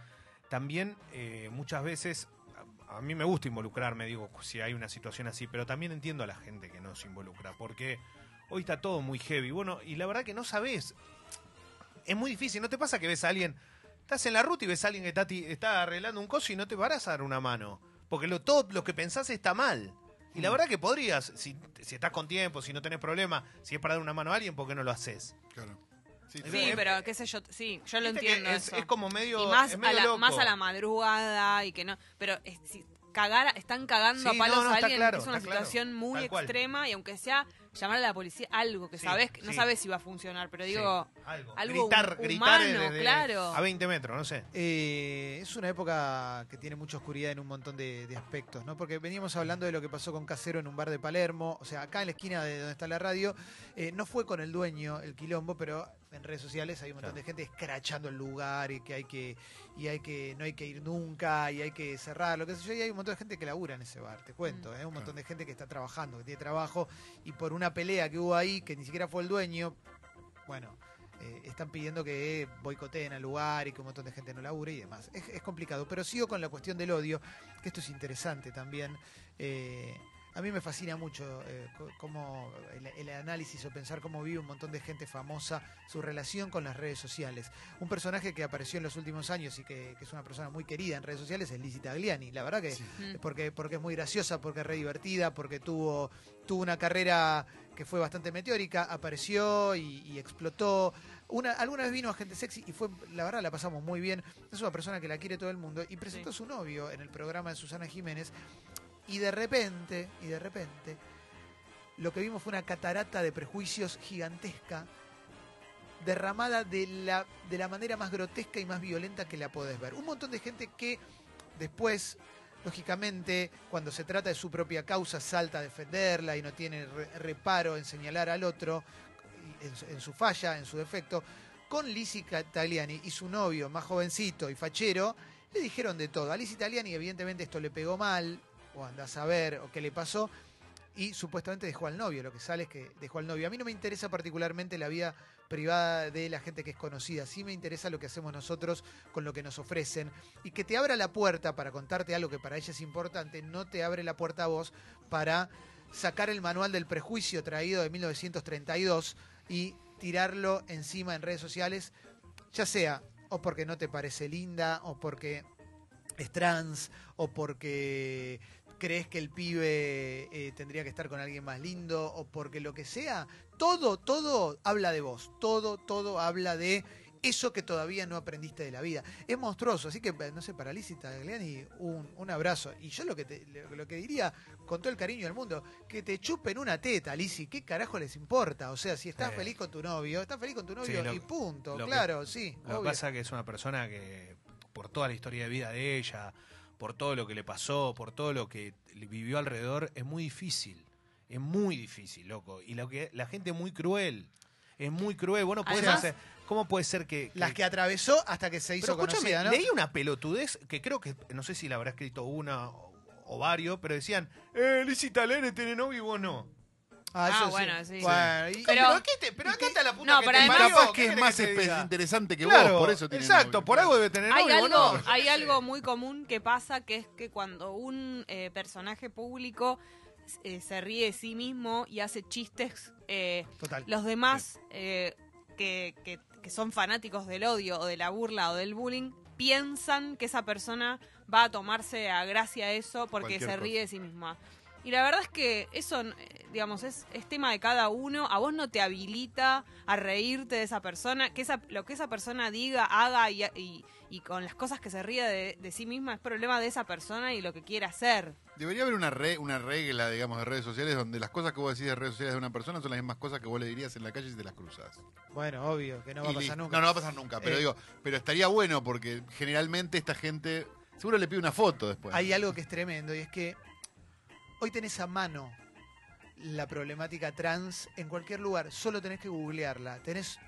Speaker 7: También eh, muchas veces, a, a mí me gusta involucrarme, digo, si hay una situación así, pero también entiendo a la gente que no se involucra, porque hoy está todo muy heavy. Bueno, y la verdad que no sabes. Es muy difícil, ¿no te pasa que ves a alguien, estás en la ruta y ves a alguien que está, ti- está arreglando un coso y no te parás a dar una mano? Porque lo, todo lo que pensás está mal. Y la verdad que podrías, si, si estás con tiempo, si no tenés problema, si es para dar una mano a alguien, ¿por qué no lo haces?
Speaker 3: Claro.
Speaker 4: Sí, pero qué sé yo, sí, yo lo
Speaker 7: Viste que
Speaker 4: entiendo.
Speaker 7: es-
Speaker 4: eso.
Speaker 7: es como medio-
Speaker 4: Y más,
Speaker 7: es medio
Speaker 4: a la,
Speaker 7: loco.
Speaker 4: más a la madrugada y que no. Pero es- si cagar, están cagando a
Speaker 7: Sí,
Speaker 4: palos
Speaker 7: no, no,
Speaker 4: a
Speaker 7: está
Speaker 4: alguien
Speaker 7: claro,
Speaker 4: es una
Speaker 7: está claro,
Speaker 4: situación muy
Speaker 7: tal cual.
Speaker 4: extrema y aunque sea llamar a la policía algo que
Speaker 7: Sí,
Speaker 4: sabes, que no
Speaker 7: sí.
Speaker 4: sabes si va a funcionar, pero digo, algo,
Speaker 7: gritar,
Speaker 4: hum-
Speaker 7: gritar
Speaker 4: humano,
Speaker 7: desde-
Speaker 4: claro.
Speaker 7: a 20 metros, no sé.
Speaker 2: Eh, es una época que tiene mucha oscuridad en un montón de, de aspectos, ¿no? Porque veníamos hablando de lo que pasó con Casero en un bar de Palermo, o sea, acá en la esquina de donde está la radio, eh, no fue con el dueño el quilombo, pero en redes sociales hay un montón de
Speaker 7: Claro.
Speaker 2: gente escrachando el lugar y que hay que y hay que no hay que ir nunca y hay que cerrar, lo que sé yo, y hay un montón de gente que labura en ese bar, te cuento, ¿eh? un montón de gente que está trabajando, que tiene trabajo y por una pelea que hubo ahí que ni siquiera fue el dueño, bueno, eh, están pidiendo que boicoteen al lugar y que un montón de gente no labure y demás. Es, es complicado, pero sigo con la cuestión del odio, que esto es interesante también. Eh, a mí me fascina mucho eh, co- cómo el, el análisis o pensar cómo vive un montón de gente famosa, su relación con las redes sociales. Un personaje que apareció en los últimos años y que, que es una persona muy querida en redes sociales es Lizzie Tagliani. La verdad que
Speaker 4: Mm.
Speaker 2: porque, porque es muy graciosa, porque es re divertida, porque tuvo, tuvo una carrera que fue bastante meteórica, apareció y, y explotó. Una, alguna vez vino a Gente Sexy y fue, la verdad la pasamos muy bien. Es una persona que la quiere todo el mundo y presentó a su novio en el programa de Susana Jiménez y de repente, y de repente, lo que vimos fue una catarata de prejuicios gigantesca derramada de la, de la manera más grotesca y más violenta que la podés ver. Un montón de gente que después, lógicamente, cuando se trata de su propia causa, salta a defenderla y no tiene re- reparo en señalar al otro y en, su- en su falla, en su defecto. Con Lizzie Tagliani y su novio, más jovencito y fachero, le dijeron de todo. A Lizzie Tagliani, evidentemente, esto le pegó mal, o andás a ver, o qué le pasó, y supuestamente dejó al novio. Lo que sale es que dejó al novio. A mí no me interesa particularmente la vida privada de la gente que es conocida. Sí me interesa lo que hacemos nosotros con lo que nos ofrecen. Y que te abra la puerta para contarte algo que para ella es importante, no te abre la puerta a vos para sacar el manual del prejuicio traído de 1932 y tirarlo encima en redes sociales, ya sea o porque no te parece linda, o porque es trans, o porque crees que el pibe eh, tendría que estar con alguien más lindo, o porque lo que sea, todo, todo habla de vos, todo, todo habla de eso que todavía no aprendiste de la vida. Es monstruoso, así que eh, no sé, para Lizzie Tagliani, un, un abrazo. Y yo lo que, te- lo, lo que diría, con todo el cariño del mundo, que te chupen una teta, Lizzie, ¿qué carajo les importa? O sea, si estás
Speaker 7: Sí.
Speaker 2: feliz con tu novio, estás feliz con tu novio
Speaker 7: Eh. lo-
Speaker 2: y punto,
Speaker 7: lo que-
Speaker 2: claro, sí.
Speaker 7: Lo que
Speaker 2: obvio.
Speaker 7: pasa que es una persona que, por toda la historia de vida de ella, por todo lo que le pasó, por todo lo que vivió alrededor, es muy difícil. Es muy difícil, loco. Y lo que la gente es muy cruel. Es muy cruel. Bueno, podés
Speaker 2: Además,
Speaker 7: hacer- ¿Cómo puede ser que,
Speaker 2: Las que atravesó hasta que se hizo
Speaker 7: Pero escúchame,
Speaker 2: conocida, ¿no?
Speaker 7: leí una pelotudez que creo que, no sé si la habrá escrito una o, o varios, pero decían, eh, Lizzie Talene tiene novio y vos no.
Speaker 2: Ah,
Speaker 4: Ah,
Speaker 2: eso sí.
Speaker 4: bueno, sí.
Speaker 2: Bueno, y-
Speaker 7: Pero,
Speaker 4: Pero-
Speaker 7: ¿qué te- pero acá está la puta
Speaker 4: No,
Speaker 7: que
Speaker 4: pero
Speaker 7: te
Speaker 4: además-
Speaker 7: parió,
Speaker 3: Capaz
Speaker 7: ¿qué
Speaker 3: que es
Speaker 7: querés
Speaker 3: más
Speaker 7: te
Speaker 3: espe-
Speaker 7: diga?
Speaker 3: interesante que
Speaker 7: Claro,
Speaker 3: vos, por eso tiene
Speaker 7: Exacto,
Speaker 3: novio.
Speaker 7: por algo debe tener
Speaker 4: Hay
Speaker 7: novio,
Speaker 4: algo,
Speaker 7: boludo.
Speaker 4: hay algo muy común que pasa, que es que cuando un eh, personaje público eh, se ríe de sí mismo y hace chistes, eh,
Speaker 2: Total.
Speaker 4: los demás eh, que, que- que son fanáticos del odio o de la burla o del bullying piensan que esa persona va a tomarse a gracia eso porque
Speaker 14: Cualquier
Speaker 4: se ríe
Speaker 14: cosa.
Speaker 4: de sí misma. Y la verdad es que eso, eh, digamos, es, es tema de cada uno. A vos no te habilita a reírte de esa persona. Que esa, lo que esa persona diga, haga y, y- y con las cosas que se ría de, de sí misma es problema de esa persona y lo que quiera hacer.
Speaker 3: Debería haber una, re- una regla, digamos, de redes sociales donde las cosas que vos decís de redes sociales de una persona son las mismas cosas que vos le dirías en la calle si te las cruzas.
Speaker 2: Bueno, obvio, que no va
Speaker 3: Y
Speaker 2: a pasar
Speaker 3: listo.
Speaker 2: nunca.
Speaker 3: No, no va a pasar nunca, pero
Speaker 2: Eh,
Speaker 3: digo, pero estaría bueno porque generalmente esta gente seguro le pide una foto después.
Speaker 2: Hay algo que es tremendo y es que hoy tenés a mano la problemática trans en cualquier lugar. Solo tenés que googlearla. Tenés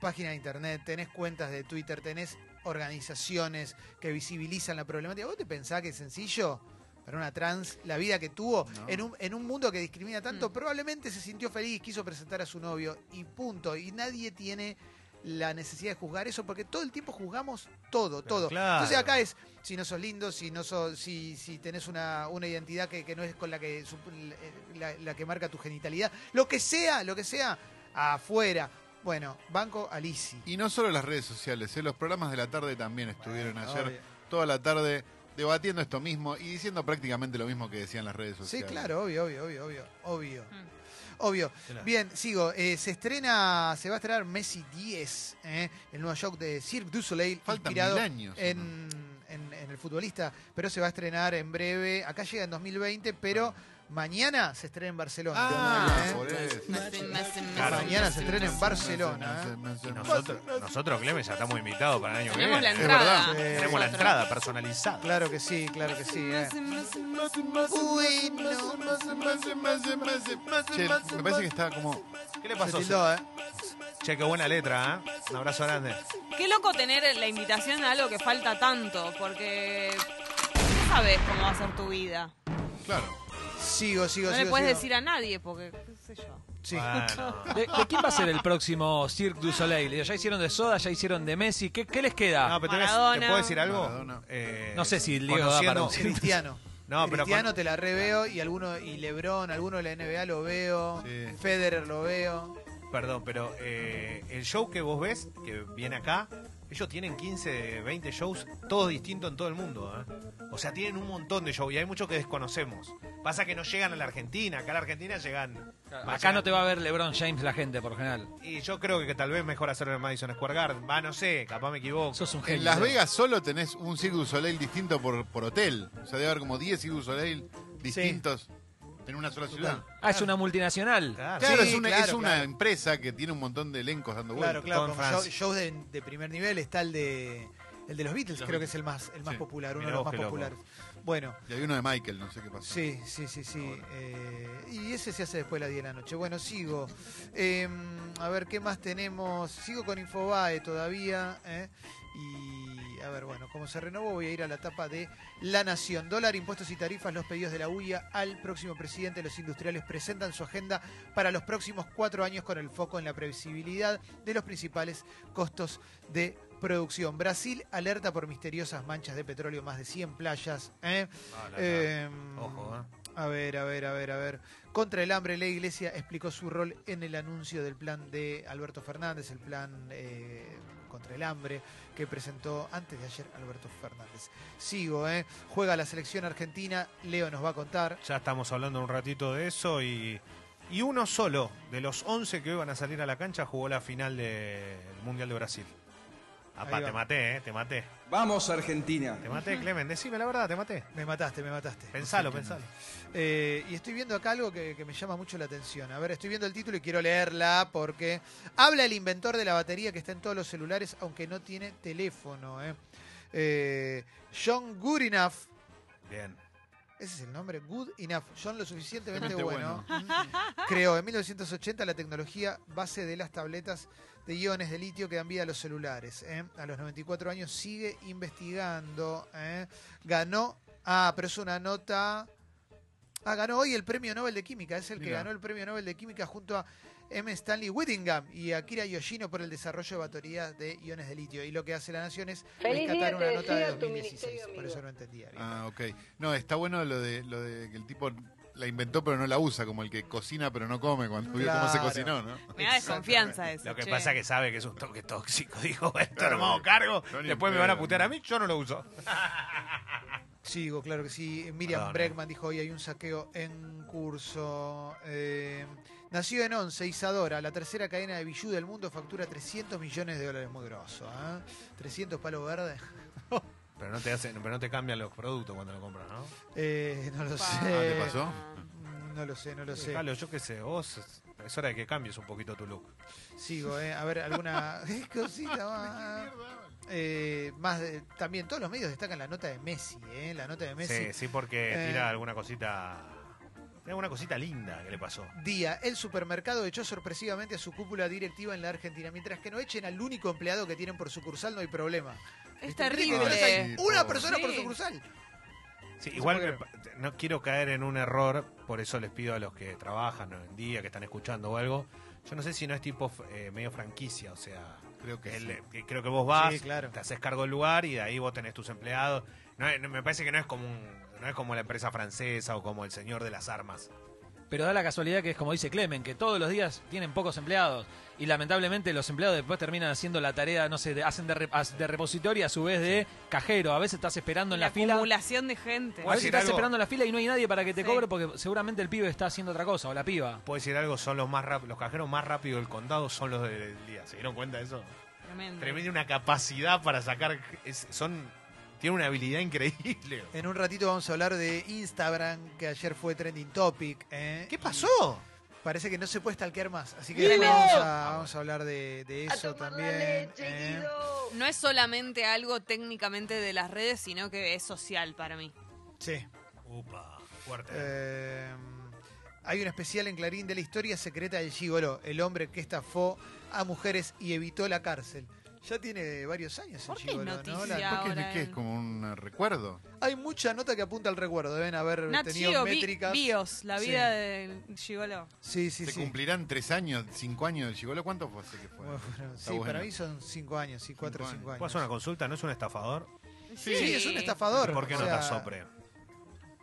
Speaker 2: página de internet, tenés cuentas de Twitter, tenés organizaciones que visibilizan la problemática. ¿Vos te pensás que es sencillo? Para una trans, la vida que tuvo en, un, en un mundo que discrimina tanto, probablemente se sintió feliz, quiso presentar a su novio y punto. Y nadie tiene la necesidad de juzgar eso porque todo el tiempo juzgamos todo, todo.
Speaker 14: claro.
Speaker 2: Entonces acá es si no sos lindo, si no sos, si, si tenés una, una identidad que, que no es con la que sup- la, la que marca tu genitalidad, lo que sea, lo que sea, afuera. Bueno, banco Alisi.
Speaker 3: Y no solo las redes sociales, ¿eh? los programas de la tarde también estuvieron ayer
Speaker 2: Ah, obvio.
Speaker 3: toda la tarde debatiendo esto mismo y diciendo prácticamente lo mismo que decían las redes
Speaker 2: Sí,
Speaker 3: sociales.
Speaker 2: claro, obvio, obvio, obvio, obvio, obvio. Obvio.
Speaker 3: Claro.
Speaker 2: Bien, sigo. Eh, se estrena, se va a estrenar Messi 10, ¿eh? el nuevo show de Cirque du Soleil,
Speaker 3: Faltan
Speaker 2: inspirado
Speaker 3: mil años, ¿o
Speaker 2: en, en- en el futbolista, pero se va a estrenar en breve. Acá llega en 2020, pero mañana se estrena en Barcelona.
Speaker 3: Ah,
Speaker 2: ¿eh?
Speaker 3: por eso.
Speaker 7: Claro.
Speaker 2: Mañana se estrena en Barcelona. ¿eh?
Speaker 3: Y
Speaker 7: nosotros, nosotros, Clemen, ya estamos invitados para el año que
Speaker 2: Tenemos
Speaker 7: viene.
Speaker 2: la entrada.
Speaker 7: Es verdad.
Speaker 2: Sí.
Speaker 7: Tenemos la entrada personalizada.
Speaker 2: Claro que sí, claro que sí. ¿eh?
Speaker 3: Che, me parece que está como.
Speaker 7: ¿Qué le pasó?
Speaker 3: Se tildó,
Speaker 2: eh.
Speaker 7: Che, qué buena letra, ¿eh? Un abrazo grande.
Speaker 4: Qué loco tener la invitación a algo que falta tanto, porque no sabes cómo va a ser tu vida.
Speaker 2: Sigo, sigo,
Speaker 4: No
Speaker 2: sigo.
Speaker 4: le puedes
Speaker 2: sigo.
Speaker 4: decir a nadie, porque qué sé yo.
Speaker 2: Sí.
Speaker 5: ¿De, de quién va a ser el próximo Cirque du Soleil? Digo, Ya hicieron de Soda, ya hicieron de Messi. ¿Qué, qué les queda?
Speaker 7: No, pero te voy a- ¿te puedo decir algo? Eh,
Speaker 5: No sé si el Diego da para un
Speaker 7: conociendo-
Speaker 2: [laughs] Cristiano.
Speaker 7: No, pero
Speaker 2: Cristiano
Speaker 7: con-
Speaker 2: te la reveo y alguno y LeBron, alguno de la NBA lo veo, Federer lo veo.
Speaker 7: Perdón, pero eh, el show que vos ves, que viene acá, ellos tienen 15, 20 shows, todos distintos en todo el mundo. ¿eh? O sea, tienen un montón de shows y hay muchos que desconocemos. Pasa que no llegan a la Argentina, acá a la Argentina llegan.
Speaker 5: Acá no te va a ver LeBron James la gente, por lo general.
Speaker 7: Y yo creo que tal vez mejor hacerlo en el Madison Square Garden. Va, no sé, capaz me equivoco.
Speaker 3: En Las Vegas solo tenés un Cirque du Soleil distinto por, por hotel. O sea, debe haber como 10 Cirque du Soleil distintos en una sola ciudad.
Speaker 5: Ah, es una multinacional.
Speaker 4: Ah,
Speaker 3: Claro, es una,
Speaker 2: claro,
Speaker 3: es una
Speaker 2: claro.
Speaker 3: empresa que tiene un montón de elencos dando
Speaker 2: Claro,
Speaker 3: vueltas.
Speaker 2: claro, como show- shows de, de primer nivel está el de el de los Beatles,
Speaker 3: Los
Speaker 2: creo que
Speaker 3: Beatles.
Speaker 2: es el más el más
Speaker 3: Sí.
Speaker 2: popular, uno
Speaker 3: Mirá
Speaker 2: de los
Speaker 3: vos
Speaker 2: más
Speaker 3: qué loco.
Speaker 2: populares. Bueno.
Speaker 3: Y hay uno de Michael, no sé qué pasó.
Speaker 2: Sí, sí, sí, sí. Eh, y ese se hace después de las 10 de la noche. Bueno, sigo. Eh, a ver, ¿qué más tenemos? Sigo con Infobae todavía. ¿eh? Y a ver, bueno, como se renovó, voy a ir a la tapa de La Nación. Dólar, impuestos y tarifas, los pedidos de la UIA al próximo presidente. Los industriales presentan su agenda para los próximos cuatro años con el foco en la previsibilidad de los principales costos de producción. Brasil alerta por misteriosas manchas de petróleo en más de 100 playas. ¿eh?
Speaker 7: Ah, la-
Speaker 2: Eh,
Speaker 7: Ojo, ¿eh?
Speaker 2: a ver, a ver, a ver, a ver. Contra el hambre, la Iglesia explicó su rol en el anuncio del plan de Alberto Fernández, el plan eh, contra el hambre que presentó antes de ayer Alberto Fernández. Sigo, ¿eh? Juega la selección argentina, Leo nos va a contar.
Speaker 7: Ya estamos hablando un ratito de eso y, y uno solo de los 11 que hoy van a salir a la cancha jugó la final del Mundial de Brasil. Apá,
Speaker 2: va.
Speaker 7: te maté, eh, te maté.
Speaker 17: Vamos Argentina.
Speaker 7: Te maté, Clemen, decime la verdad, te maté.
Speaker 2: Me mataste, me mataste.
Speaker 7: Pensalo, pensalo.
Speaker 2: Eh, y estoy viendo acá algo que, que me llama mucho la atención. A ver, estoy viendo el título y quiero leerla porque habla el inventor de la batería que está en todos los celulares, aunque no tiene teléfono. ¿eh? Eh, John Goodenough,
Speaker 7: Bien.
Speaker 2: ese es el nombre, Good Enough, John lo suficientemente
Speaker 7: Suficientemente
Speaker 2: bueno, creó en 1980 la tecnología base de las tabletas de iones de litio que dan vida a los celulares. ¿eh? A los 94 años sigue investigando. ¿eh? Ganó, ah, pero es una nota... Ah, ganó hoy el premio Nobel de Química. Es el que
Speaker 14: Mirá.
Speaker 2: ganó el premio Nobel de Química junto a M. Stanley Whittingham y Akira Yoshino por el desarrollo de baterías de iones de litio. Y lo que hace la Nación es
Speaker 14: Feliz día,
Speaker 2: rescatar una
Speaker 14: te
Speaker 2: nota de
Speaker 14: desea tu
Speaker 2: 2016. Por eso no entendía bien.
Speaker 3: Ah, ok. No, está bueno lo de, lo de que el tipo la inventó pero no la usa, como el que cocina pero no come cuando vio cómo se
Speaker 4: Claro.
Speaker 3: cocinó, ¿no?
Speaker 4: Me da desconfianza eso.
Speaker 7: Lo que
Speaker 4: che.
Speaker 7: pasa es que sabe que es un toque tóxico. [laughs] Dijo, esto no me hago cargo.
Speaker 3: No, ni
Speaker 7: Después me
Speaker 3: pedo.
Speaker 7: van a putear a mí, yo no lo uso.
Speaker 2: Sigo, claro que sí. Miriam
Speaker 7: Perdón, eh.
Speaker 2: Bregman dijo hoy hay un saqueo en curso. Eh, nacido en 11, Isadora, la tercera cadena de bijú del mundo, factura 300 millones de dólares. Muy grosso, ¿eh? 300 palos verdes.
Speaker 7: Pero no te hacen, pero no te cambian los productos cuando lo compras, ¿no?
Speaker 2: Eh, no lo
Speaker 7: Pa.
Speaker 2: sé.
Speaker 7: Ah, ¿te pasó?
Speaker 2: No lo sé, no lo sé.
Speaker 7: Déjalo, yo qué sé, vos es hora de que cambies un poquito tu look.
Speaker 2: Sigo, ¿eh? A ver,
Speaker 7: [laughs]
Speaker 2: alguna [laughs] cosita más. Eh, más de- también todos los medios destacan la nota de Messi, ¿eh? La nota de Messi.
Speaker 7: Sí, sí, porque
Speaker 2: Eh.
Speaker 7: tira alguna cosita. Tiene alguna cosita linda que le pasó.
Speaker 2: Día, el supermercado echó sorpresivamente a su cúpula directiva en la Argentina. Mientras que no echen al único empleado que tienen por sucursal, no hay problema.
Speaker 4: Es
Speaker 2: Viste,
Speaker 4: terrible.
Speaker 2: tiene que tener ahí Una
Speaker 4: Sí.
Speaker 2: persona por sucursal.
Speaker 7: Sí, igual me pa- no quiero caer en un error, por eso les pido a los que trabajan hoy en día, que están escuchando o algo. Yo no sé si no es tipo f- eh, medio franquicia, o sea, creo que creo que vos vas,
Speaker 2: Sí, claro.
Speaker 7: te haces cargo del lugar y de ahí vos tenés tus empleados. No, es- no- me parece que no es como un- no es como la empresa francesa o como el señor de las armas.
Speaker 5: Pero da la casualidad que es como dice Clemen, que todos los días tienen pocos empleados y lamentablemente los empleados después terminan haciendo la tarea, no sé, de- hacen de, rep- as- de repositorio a su vez de cajero. A veces estás esperando en la, fila.
Speaker 4: Acumulación de gente.
Speaker 5: A veces estás
Speaker 7: algo?
Speaker 5: esperando en la fila y no hay nadie para que te
Speaker 4: Sí.
Speaker 5: cobre porque seguramente el pibe está haciendo otra cosa o la piba.
Speaker 7: Puedo decir algo, son los más ráp- los cajeros más rápidos del condado son los del día. ¿Se dieron cuenta de eso?
Speaker 4: Tremendo.
Speaker 7: Tremenda una capacidad para sacar, es- son tiene una habilidad increíble.
Speaker 2: En un ratito vamos a hablar de Instagram, que ayer fue trending topic. ¿eh?
Speaker 7: ¿Qué pasó?
Speaker 2: Parece que no se puede stalkear más. Así que
Speaker 4: Guido.
Speaker 2: después vamos a, vamos a hablar de, de eso también. ¿eh?
Speaker 4: No es solamente algo técnicamente de las redes, sino que es social para mí.
Speaker 2: Sí.
Speaker 7: Upa, fuerte.
Speaker 2: Eh, hay un especial en Clarín de la historia secreta del Gigolo, el hombre que estafó a mujeres y evitó la cárcel. Ya tiene varios años el
Speaker 4: qué
Speaker 2: Gigolo,
Speaker 4: noticia
Speaker 2: ¿no? La-
Speaker 4: ahora?
Speaker 3: ¿Qué es, qué es como un eh, recuerdo?
Speaker 2: Hay mucha nota que apunta al recuerdo, deben haber
Speaker 4: Nat
Speaker 2: tenido
Speaker 4: Geo, vi-
Speaker 2: métricas.
Speaker 4: Bios, la
Speaker 2: Sí.
Speaker 4: vida del Gigolo.
Speaker 2: Sí, sí,
Speaker 3: ¿Se
Speaker 2: sí.
Speaker 3: cumplirán tres años, cinco años del Gigolo? ¿Cuánto fue hace que fue?
Speaker 2: Bueno, sí,
Speaker 3: Está bueno.
Speaker 2: para mí son cinco años, sí, cuatro o cinco
Speaker 7: ¿Puedo
Speaker 2: años.
Speaker 7: hacer una consulta? ¿No es un estafador?
Speaker 2: Sí, es un estafador.
Speaker 7: ¿Por qué
Speaker 2: o
Speaker 7: no
Speaker 2: está
Speaker 7: está Sopre?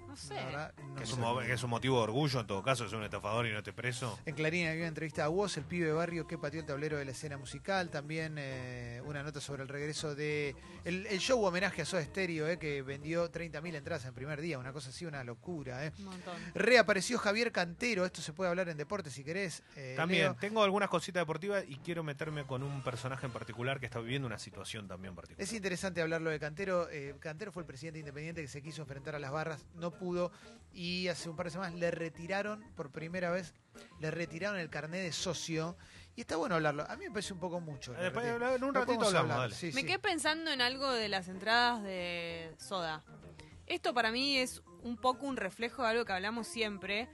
Speaker 4: No sé.
Speaker 2: La verdad, no
Speaker 7: Que es,
Speaker 2: sé.
Speaker 7: un, mo- que es un motivo de orgullo en todo caso, es un estafador y no te preso.
Speaker 2: En Clarín había una entrevista a Woz, el pibe de barrio que pateó el tablero de la escena musical. También eh, una nota sobre el regreso de. El, el show homenaje a Soda Stereo, eh, que vendió 30.000 entradas en primer día. Una cosa así, una locura. Eh.
Speaker 4: Un montón.
Speaker 2: Reapareció Javier Cantero. Esto se puede hablar en deporte si querés. eh,
Speaker 7: También
Speaker 2: Leo.
Speaker 7: tengo algunas cositas deportivas y quiero meterme con un personaje en particular que está viviendo una situación también particular.
Speaker 2: Es interesante hablarlo de Cantero. eh, Cantero fue el presidente independiente que se quiso enfrentar a las barras, no pudo. Y hace un par de semanas le retiraron, por primera vez, le retiraron el carnet de socio. Y está bueno hablarlo. A mí me parece un poco mucho.
Speaker 7: Eh, después,
Speaker 2: Lo
Speaker 7: en un
Speaker 2: Lo
Speaker 7: ratito
Speaker 2: podemos
Speaker 7: hablamos,
Speaker 2: hablar,
Speaker 7: dale.
Speaker 2: sí,
Speaker 4: Me
Speaker 2: sí.
Speaker 4: quedé pensando en algo de las entradas de soda. Esto para mí es un poco un reflejo de algo que hablamos siempre.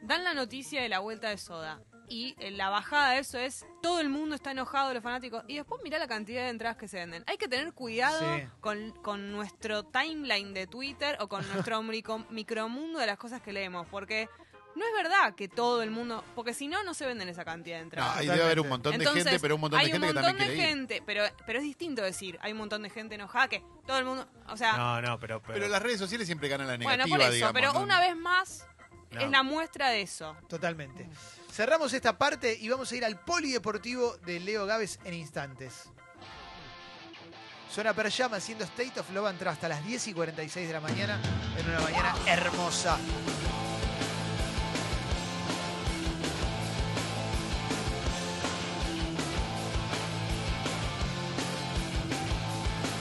Speaker 4: Dan la noticia de la vuelta de soda. Y eh, la bajada de eso es todo el mundo está enojado, los fanáticos. Y después mirá la cantidad de entradas que se venden. Hay que tener cuidado
Speaker 2: Sí.
Speaker 4: con, con nuestro timeline de Twitter o con
Speaker 2: [laughs]
Speaker 4: nuestro micro- micromundo de las cosas que leemos. Porque no es verdad que todo el mundo. Porque si no, no se venden esa cantidad de
Speaker 3: No,
Speaker 4: entradas.
Speaker 3: ahí debe haber un montón de
Speaker 4: Entonces,
Speaker 3: gente, pero un montón de
Speaker 4: hay
Speaker 3: gente
Speaker 4: un
Speaker 3: que
Speaker 4: montón
Speaker 3: también
Speaker 4: de
Speaker 3: quiere ir.
Speaker 4: gente, pero, pero es distinto decir, hay un montón de gente enojada que todo el mundo, o sea,
Speaker 7: No, no, pero... pero-
Speaker 3: Pero las redes sociales siempre ganan la negativa,
Speaker 4: bueno, por eso,
Speaker 3: digamos,
Speaker 4: pero
Speaker 3: ¿no?
Speaker 4: una vez más
Speaker 3: No.
Speaker 4: es la muestra de eso.
Speaker 2: Totalmente. Cerramos esta parte y vamos a ir al polideportivo de Leo Gávez en instantes. Suena Per Jam haciendo State of Love and Trust a las 10 y 46 de la mañana en una mañana hermosa.